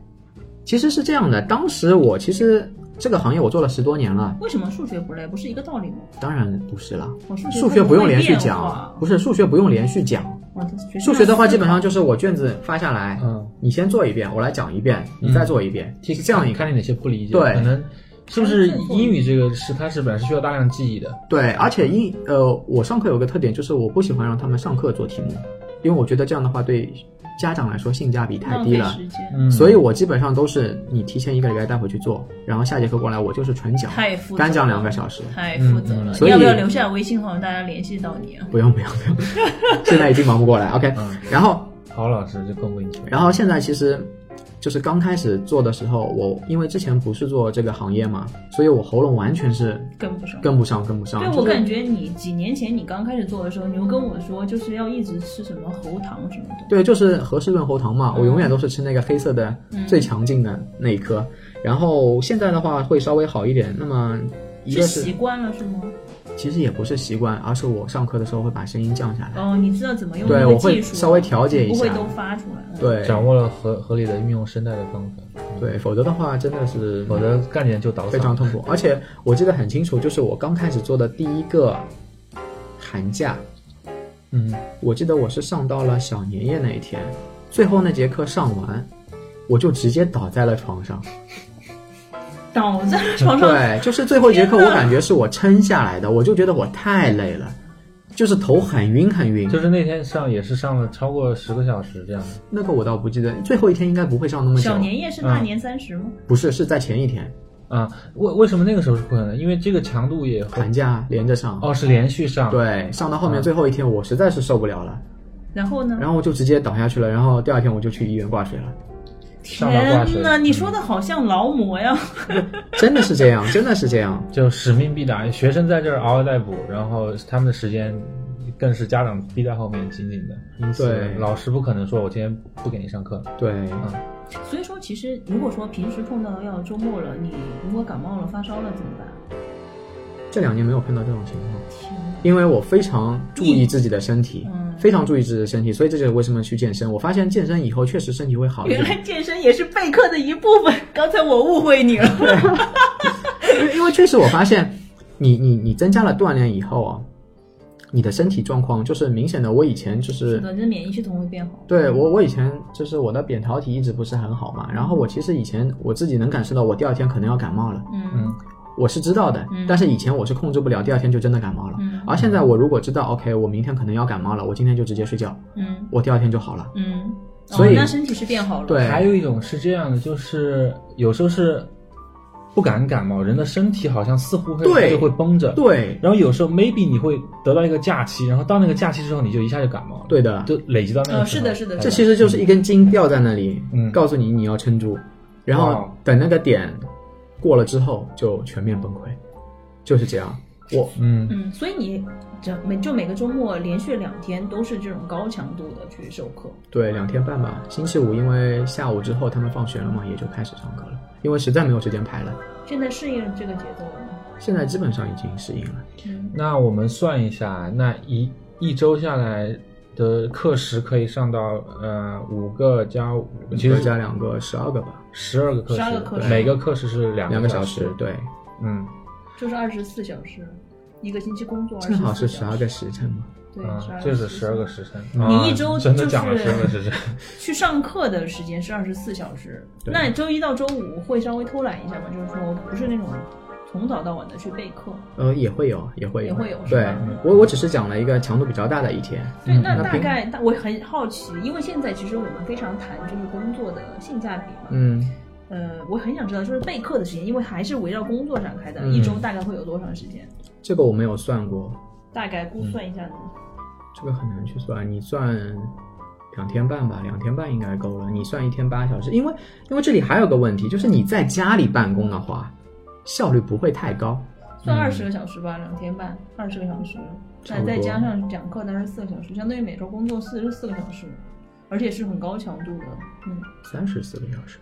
Speaker 3: 其实是这样的，当时我其实这个行业我做了十多年了，
Speaker 1: 为什么数学不累？不是一个道理吗？
Speaker 3: 当然不是了
Speaker 1: 我数，学
Speaker 3: 数学不用连续
Speaker 1: 不会变化嗯
Speaker 3: 讲，不是数学不用连续讲，
Speaker 1: 哇这学
Speaker 3: 数学的话基本上就是我卷子发下来，
Speaker 4: 嗯，
Speaker 3: 你先做一遍，我来讲一遍，
Speaker 1: 嗯
Speaker 3: 你再做一遍，是这样一个
Speaker 4: 看你哪些不理解，
Speaker 3: 对
Speaker 4: 可能是不是英语这个是它是本来是需要大量记忆的，
Speaker 3: 对，而且一呃，我上课有个特点就是我不喜欢让他们上课做题目，因为我觉得这样的话对家长来说性价比太
Speaker 1: 浪
Speaker 3: 低
Speaker 1: 费
Speaker 3: 了。
Speaker 1: 时间，
Speaker 4: 嗯
Speaker 3: 所以我基本上都是你提前一个礼拜带回去做，然后下节课过来我就是纯讲，
Speaker 1: 太复杂了
Speaker 3: 干讲两个小时。
Speaker 1: 太负责了。
Speaker 3: 嗯所以
Speaker 1: 要不要留下微信号让大家联系到你啊？
Speaker 3: 不用不用
Speaker 1: [LAUGHS]
Speaker 3: 不用，现在已经忙不过来。OK，
Speaker 4: 嗯，
Speaker 3: 然后
Speaker 4: 郝老师就更不理解。
Speaker 3: 然后现在其实就是刚开始做的时候，我因为之前不是做这个行业嘛，所以我喉咙完全是
Speaker 1: 跟不上。
Speaker 3: 跟不上跟不上。
Speaker 1: 对，
Speaker 3: 就
Speaker 1: 我
Speaker 3: 是
Speaker 1: 感觉你几年前你刚开始做的时候，你又跟我说就是要一直吃什么喉糖什么的。
Speaker 3: 对，就是和氏润喉糖嘛，我永远都是吃那个黑色的
Speaker 1: 嗯
Speaker 3: 最强劲的那一颗。然后现在的话会稍微好一点，那么一
Speaker 1: 是
Speaker 3: 个是
Speaker 1: 习惯了是吗？
Speaker 3: 其实也不是习惯，而是我上课的时候会把声音降下来，
Speaker 1: 哦，你知道怎么用
Speaker 3: 对
Speaker 1: 那
Speaker 3: 我
Speaker 1: 个
Speaker 3: 会
Speaker 1: 技术了，
Speaker 3: 稍微调节一
Speaker 1: 不会
Speaker 3: 下
Speaker 1: 都发出来。嗯，
Speaker 3: 对
Speaker 4: 掌握了合合理的运用声带的方法，
Speaker 3: 对，否则的话真的是
Speaker 4: 否则干点就倒嗓
Speaker 3: 非常痛苦。而且我记得很清楚，就是我刚开始做的第一个寒假，
Speaker 4: 嗯，
Speaker 3: 我记得我是上到了小年夜那一天，最后那节课上完，我就直接倒在了床上。
Speaker 1: 倒在床上，
Speaker 3: 对，就是最后一节课，
Speaker 1: 天
Speaker 3: 我
Speaker 1: 哪
Speaker 3: 感觉是我撑下来的，我就觉得我太累了，就是头很晕很晕
Speaker 4: 就。是那天上也是上了超过十个小时这样的，
Speaker 3: 那个我倒不记得，最后一天应该不嗯会上那么久
Speaker 1: 小。年夜是大年三十吗？
Speaker 3: 不是，是在前一天，
Speaker 4: 啊，为为什么那个时候是困呢？因为这个强度也会
Speaker 3: 寒假连着上。
Speaker 4: 哦是连续上，，
Speaker 3: 对，上到后面最后一天，我实在是受不了了，
Speaker 1: 然后呢？
Speaker 3: 然后我就直接倒下去了，然后第二天我就去医院挂水了。
Speaker 4: 上了挂
Speaker 1: 天
Speaker 4: 水
Speaker 3: 嗯
Speaker 1: 哪，你说的好像劳模呀！
Speaker 3: 真的是这样，真的是这样。
Speaker 4: 就使命必达，学生在这儿嗷嗷待哺，然后他们的时间更是家长逼在后面紧紧的，因此
Speaker 3: 对
Speaker 4: 老师不可能说我今天不给你上课，
Speaker 3: 对，
Speaker 1: 所以说，其实如果说平时碰到要周末了，你如果感冒了、发烧了怎么办？
Speaker 3: 这两年没有碰到这种情况。
Speaker 1: 天哪，
Speaker 3: 因为我非常注意自己的身体，
Speaker 1: 嗯
Speaker 3: 非常注意自己的身体，所以这就是为什么去健身。我发现健身以后确实身体会好一
Speaker 1: 原
Speaker 3: 点，
Speaker 1: 来健身也是备课的一部分。刚才我误会你了。
Speaker 3: 因为因为确实我发现，你你你增加了锻炼以后啊，你的身体状况就是明显的。我以前就是
Speaker 1: 是的，你的免疫系统会变好。
Speaker 3: 对我我以前就是我的扁桃体一直不是很好嘛，然后我其实以前我自己能感受到我第二天可能要感冒了，
Speaker 1: 嗯
Speaker 3: 我是知道的，
Speaker 1: 嗯
Speaker 3: 但是以前我是控制不了，第二天就真的感冒了。
Speaker 1: 嗯
Speaker 3: 而现在我如果知道，OK，我明天可能要感冒了，我今天就直接睡觉，
Speaker 1: 嗯
Speaker 3: 我第二天就好了。
Speaker 1: 嗯，哦
Speaker 3: 所以
Speaker 1: 那身体是变好了。
Speaker 3: 对
Speaker 4: 还有一种是这样的，就是有时候是不敢感冒，人的身体好像似乎会
Speaker 3: 对
Speaker 4: 就会绷着，。
Speaker 3: 对，
Speaker 4: 然后有时候 maybe 你会得到一个假期，然后到那个假期之后你就一下就感冒了，，
Speaker 3: 对的，
Speaker 4: 就累积到那个、
Speaker 1: 呃是的是的
Speaker 3: 这
Speaker 1: 是
Speaker 3: 其实就是一根筋吊在那里，
Speaker 4: 嗯
Speaker 3: 告诉你你要撑住，然后
Speaker 4: 哦
Speaker 3: 等那个点过了之后就全面崩溃，就是这样。我
Speaker 4: 嗯，
Speaker 1: 嗯，所以你整每就每个周末连续两天都是这种高强度的去授课，
Speaker 3: 对两天半吧，星期五因为下午之后他们放学了嘛，也就开始上课了，因为实在没有时间排了。
Speaker 1: 现在适应这个节奏了吗？
Speaker 3: 现在基本上已经适应了，
Speaker 1: 嗯，
Speaker 4: 那我们算一下，那一一周下来的课时可以上到呃五个加五，其
Speaker 3: 各
Speaker 4: 实
Speaker 3: 加两个十二个吧，
Speaker 4: 十二个课时，
Speaker 1: 12个课时
Speaker 4: 每个课时是两
Speaker 3: 两个
Speaker 4: 小
Speaker 3: 小时，对，
Speaker 4: 嗯，
Speaker 1: 就是二十四小时，一个星期工作，
Speaker 3: 正好是十二
Speaker 1: 24
Speaker 3: 个嗯时辰嘛。
Speaker 1: 对
Speaker 4: 啊，，
Speaker 1: 12
Speaker 4: 就是十二个。时辰。
Speaker 1: 你
Speaker 4: 啊
Speaker 1: 一周
Speaker 4: 真的
Speaker 1: 就是
Speaker 4: 讲了十二个时
Speaker 1: [LAUGHS]
Speaker 4: 辰，
Speaker 1: 去上课的时间是二十四小时，
Speaker 3: 对
Speaker 1: 那周一到周五会稍微偷懒一下吗？就是说不是那种从早到晚的去备课。
Speaker 3: 呃，也会有，也会有，
Speaker 1: 也会有是
Speaker 3: 对
Speaker 1: 吧
Speaker 3: 我，我只是讲了一个强度比较大的一天。
Speaker 1: 对，那
Speaker 3: 嗯那
Speaker 1: 大
Speaker 3: 平
Speaker 1: 概，大我很好奇，因为现在其实我们非常谈就是工作的性价比嘛。
Speaker 3: 嗯，
Speaker 1: 呃，我很想知道就是备课的时间，因为还是围绕工作展开的，
Speaker 3: 嗯
Speaker 1: 一周大概会有多长时间？
Speaker 3: 这个我没有算过，
Speaker 1: 大概
Speaker 3: 嗯
Speaker 1: 估算一下呢？
Speaker 3: 这个很难去算，你算两天半吧，两天半应该够了。你算一天八小时，因为因为这里还有个问题，就是你在家里办公的话，效率不会太高。
Speaker 1: 算
Speaker 4: 嗯
Speaker 1: 二十个小时吧，两天半，二十个小时，
Speaker 3: 差
Speaker 1: 再
Speaker 3: 不多
Speaker 1: 再加上讲课的二十四个小时，相当于每周工作四十四个小时，而且是很高强度的。嗯，。
Speaker 3: 三十四个小时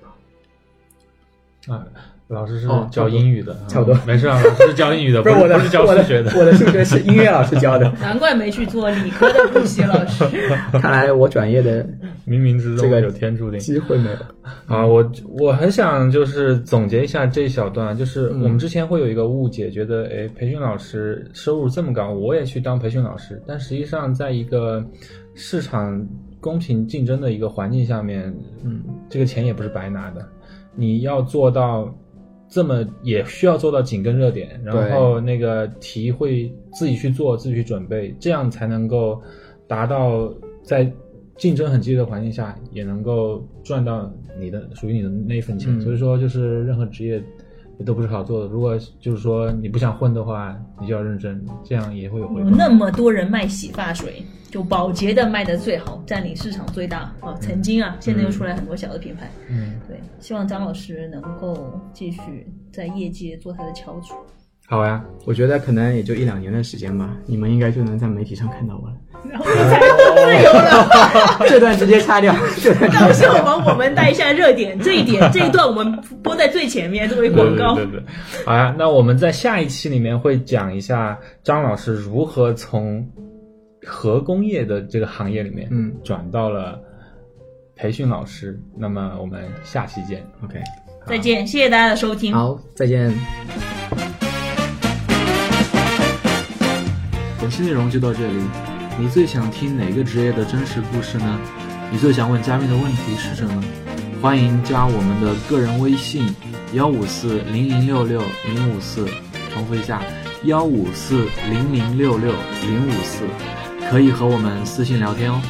Speaker 3: 吧，
Speaker 4: 啊，老师是
Speaker 3: 哦
Speaker 4: 教英语的，
Speaker 3: 差不多
Speaker 4: 嗯没事啊，老师是教英语
Speaker 3: [LAUGHS]
Speaker 4: 的，不是
Speaker 3: 我的，
Speaker 4: 不是教
Speaker 3: 我
Speaker 4: 数学
Speaker 3: 的，我的数学是音乐老师教的
Speaker 1: 难怪没去做理科的补习老师。
Speaker 3: 看来我转业的
Speaker 4: 冥冥之
Speaker 3: 这
Speaker 4: 中
Speaker 3: 个
Speaker 4: 有天注定
Speaker 3: 机会没有。
Speaker 4: 啊！我我很想就是总结一下这一小段啊，就是
Speaker 3: 嗯
Speaker 4: 我们之前会有一个误解，觉得诶培训老师收入这么高，我也去当培训老师，但实际上在一个市场公平竞争的一个环境下面，
Speaker 3: 嗯，
Speaker 4: 这个钱也不是白拿的，你要做到这么也需要做到紧跟热点，然后那个题会自己去做，自己去准备，这样才能够达到在竞争很激烈的环境下也能够赚到你的属于你的那一份钱。
Speaker 3: 嗯
Speaker 4: 所以说，就是任何职业。都不是好做的。如果就是说你不想混的话，你就要认真，这样也会有回
Speaker 1: 有
Speaker 4: 报。
Speaker 1: 嗯那么多人卖洗发水，就保洁的卖的最好，占领市场最大啊！曾经啊，现在又出来很多小的品牌。
Speaker 4: 嗯，
Speaker 1: 对，希望张老师能够继续在业界做他的翘楚。
Speaker 4: 好啊呀，
Speaker 3: 我觉得可能也就一两年的时间吧，你们应该就能在媒体上看到我了。
Speaker 1: [LAUGHS] 然后才自由了，
Speaker 3: 这段直接掐掉，这段
Speaker 1: 到时候帮我们带一下热点，这一点这一段我们播在最前面作为广告。
Speaker 4: 对对对对，好呀，那我们在下一期里面会讲一下张老师如何从核工业的这个行业里面，
Speaker 3: 嗯，
Speaker 4: 转到了培训老师。那么我们下期见。
Speaker 3: OK，
Speaker 1: 再见，谢谢大家的收听。
Speaker 3: 好，再见。
Speaker 2: 本期内容就到这里。你最想听哪个职业的真实故事呢？你最想问嘉宾的问题是什么？欢迎加我们的个人微信：幺五四零零六六零五四，重复一下：幺五四零零六六零五四，可以和我们私信聊天哦。